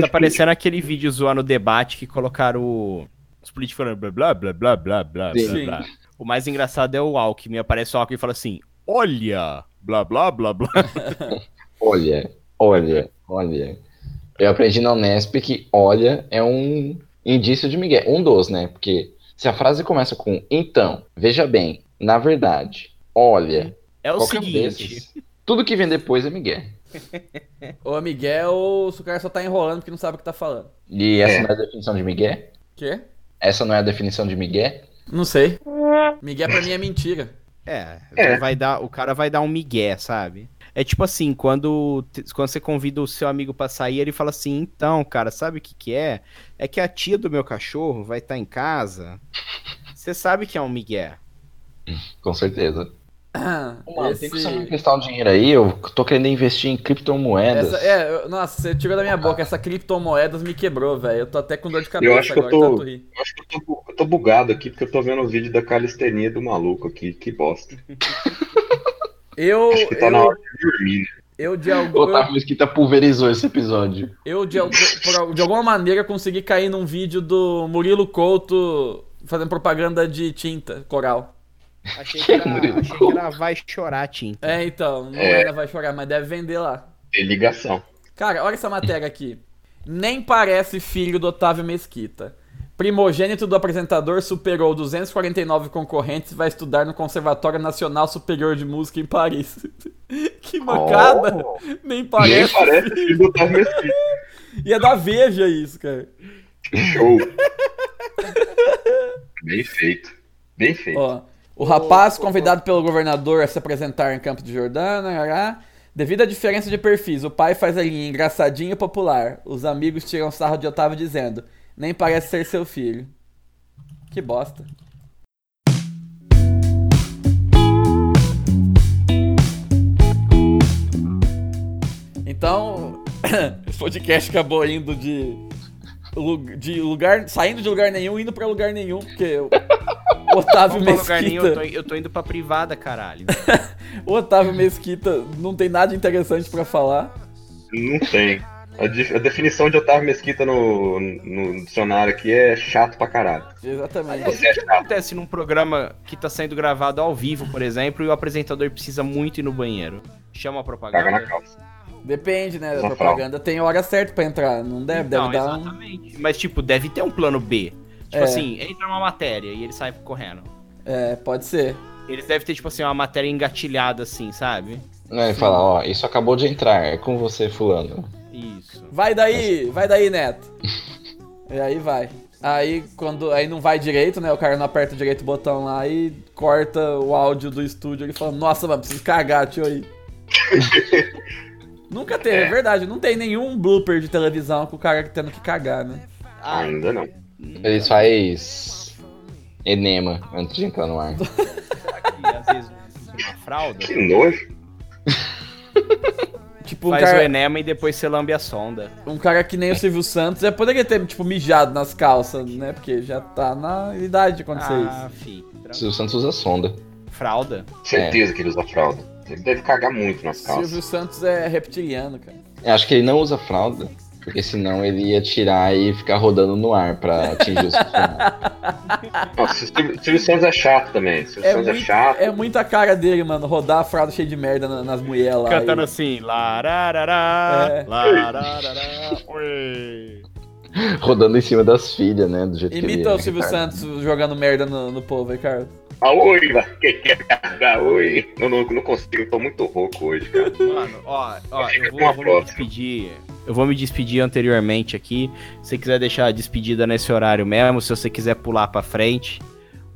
Tá parecendo aquele vídeo zoando o debate que colocaram o- os políticos falando blá blá blá blá blá blá blá
Sim.
blá. O mais engraçado é o Alckmin. Aparece o Alckmin e fala assim: Olha! Blá blá blá blá.
Olha, olha, olha. Eu aprendi na Unesp que olha é um indício de Miguel. Um dos, né? Porque se a frase começa com então, veja bem, na verdade, olha,
É o
qualquer um
seguinte.
desses, tudo que vem depois é Miguel.
Ô, Miguel, o cara só tá enrolando porque não sabe o que tá falando.
E essa
É.
não é a definição de Miguel?
Quê?
Essa não é a definição de Miguel?
Não sei. Miguel pra mim é mentira.
<coughs>
É,
É.
Vai dar, o cara vai dar um migué, sabe? É tipo assim, quando, te- quando você convida o seu amigo pra sair, ele fala assim, então, cara, sabe o que que é? É que a tia do meu cachorro vai estar em casa. Você sabe que é um migué.
Com certeza. Mano, tem que
Esse-
você me emprestar um dinheiro aí, eu tô querendo investir em criptomoedas.
Essa, é, eu- nossa, você tirou da minha boca. Essa criptomoedas me quebrou, velho. Eu tô até com dor de cabeça
acho que eu
agora,
tô-
tanto rir.
Eu acho que eu tô, bu- eu tô bugado aqui, porque eu tô vendo o vídeo da calistenia do maluco aqui. Que bosta.
Eu,
Acho que tá na
eu,
hora de dormir. né?
eu de algum,
O Otávio Mesquita pulverizou esse episódio.
eu de, al- por al- de alguma maneira consegui cair num vídeo do Murilo Couto fazendo propaganda de tinta coral.
Achei que era, achei que era vai chorar, Tim.
É, então, não
É.
ela vai chorar, mas deve vender lá.
Tem ligação.
Cara, olha essa matéria aqui. Nem parece filho do Otávio Mesquita. Primogênito do apresentador superou 249 concorrentes e vai estudar no Conservatório Nacional Superior de Música em Paris. <laughs> que mancada!
Oh,
Nem
nem
parece.
parece filho do Otávio Mesquita.
E é da Veja isso, cara. <laughs>
Show. Bem feito. Bem feito.
Ó, o rapaz convidado pelo governador a se apresentar em Campos de Jordana, ará. devido à diferença de perfis, o pai faz a linha engraçadinho e popular. Os amigos tiram sarro de Otávio dizendo, nem parece ser seu filho. Que bosta. Então, <coughs> esse podcast acabou indo de, lu- de lugar, saindo de lugar nenhum, indo pra lugar nenhum, porque
<laughs>
o Otávio
Vamos pra lugar nenhum, eu tô,
Mesquita,
eu tô indo pra privada, caralho.
o Otávio Mesquita não tem nada interessante pra falar.
Não tem. A, de- a definição de Otávio Mesquita no, no dicionário aqui é chato pra caralho.
Exatamente.
Aliás, o que acontece num programa que tá sendo gravado ao vivo, por exemplo, e o apresentador precisa muito ir no banheiro? Chama a
Caga na
propaganda.
calça.
Depende, né, da
Uma
propaganda. Tem hora certa pra entrar, não deve, deve
Então,
dar um...
exatamente. Mas, tipo, deve ter um plano B. Tipo
É.
assim, entra uma matéria e ele sai correndo.
É, pode ser.
Eles devem ter, tipo assim, uma matéria engatilhada, assim, sabe?
Não, ele Né, fala, ó, isso acabou de entrar, é com você, fulano.
Isso.
Vai daí, vai daí, Neto. e aí vai. Aí quando aí não vai direito, né? O cara não aperta direito o botão lá e corta o áudio do estúdio. Ele fala, nossa, mano, preciso cagar, tio aí. Nunca teve, é. verdade. Não tem nenhum blooper de televisão com o cara tendo que cagar, né?
Ainda não.
Ele faz enema antes de
<laughs>
entrar no ar.
E às vezes usa uma fralda.
Que nojo.
Tipo tipo, um
Faz o
cara,
enema e depois você lambe a sonda.
um cara que nem o Silvio Santos já poderia ter, tipo, mijado nas calças, né? Porque já tá na idade de acontecer
Ah, fi. tranquilo.
Silvio Santos usa sonda.
Fralda.
Certeza que ele usa fralda. Ele deve cagar muito nas
isso. É. Silvio
calças.
Santos é reptiliano, cara.
Eu acho que ele não usa fralda, porque senão ele ia tirar e ficar rodando no ar pra atingir
<laughs>
os funcionários.
Nossa, o Silvio Silvio Santos é chato também. O Silvio
É,
Santos é
muito-
chato.
é muita cara dele, mano, rodar a fralda cheia de merda na- nas mulheres lá.
Cantando
e-
assim, lararará,
É.
lararará, oi.
rodando em cima das filhas, né? Do jeito que ele
Imita
é
o Silvio
retardado.
Santos jogando merda no, no povo aí, cara.
Ah, oi, vai, <laughs> que quer cagar, oi. Eu não, não consigo, eu tô muito rouco hoje, cara.
Mano, ó, ó, eu vou,
Uma
eu vou me
próxima.
despedir. Eu vou me despedir anteriormente aqui. Se você quiser deixar a despedida nesse horário mesmo, se você quiser pular pra frente.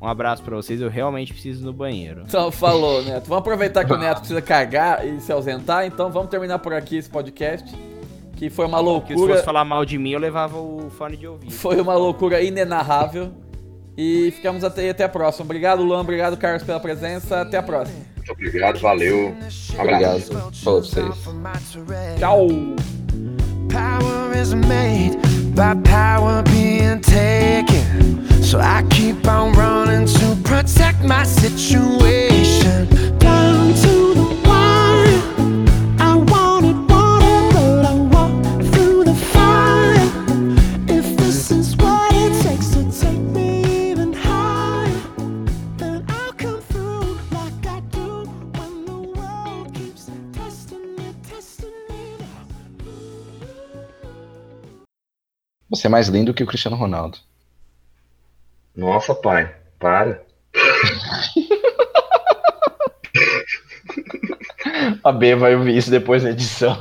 Um abraço pra vocês, eu realmente preciso ir no banheiro.
Então falou, Neto. Vamos aproveitar que o Neto precisa cagar e se ausentar, então vamos terminar por aqui esse podcast. Que foi uma
Porque se fosse
loucura.
falar mal de mim, eu levava o fone de ouvido.
Foi uma loucura inenarrável. E ficamos até, até a próxima. Obrigado, Luan. Obrigado, Carlos, pela presença. Até a próxima.
Muito obrigado, valeu. Um abraço.
Obrigado. Falou pra vocês.
Tchau.
Power is made by power being taken. So I keep on running to protect my situation. Down to the wire. I wanted water, but I walked through the fire. If this is what it takes to take me even higher, then I'll come through like I do when the world keeps testing me, testing me.
Você é mais lindo que o Cristiano Ronaldo.
Nossa, pai, para. <laughs>
A B vai ouvir isso depois na edição.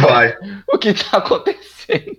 Vai.
<laughs> O que tá acontecendo?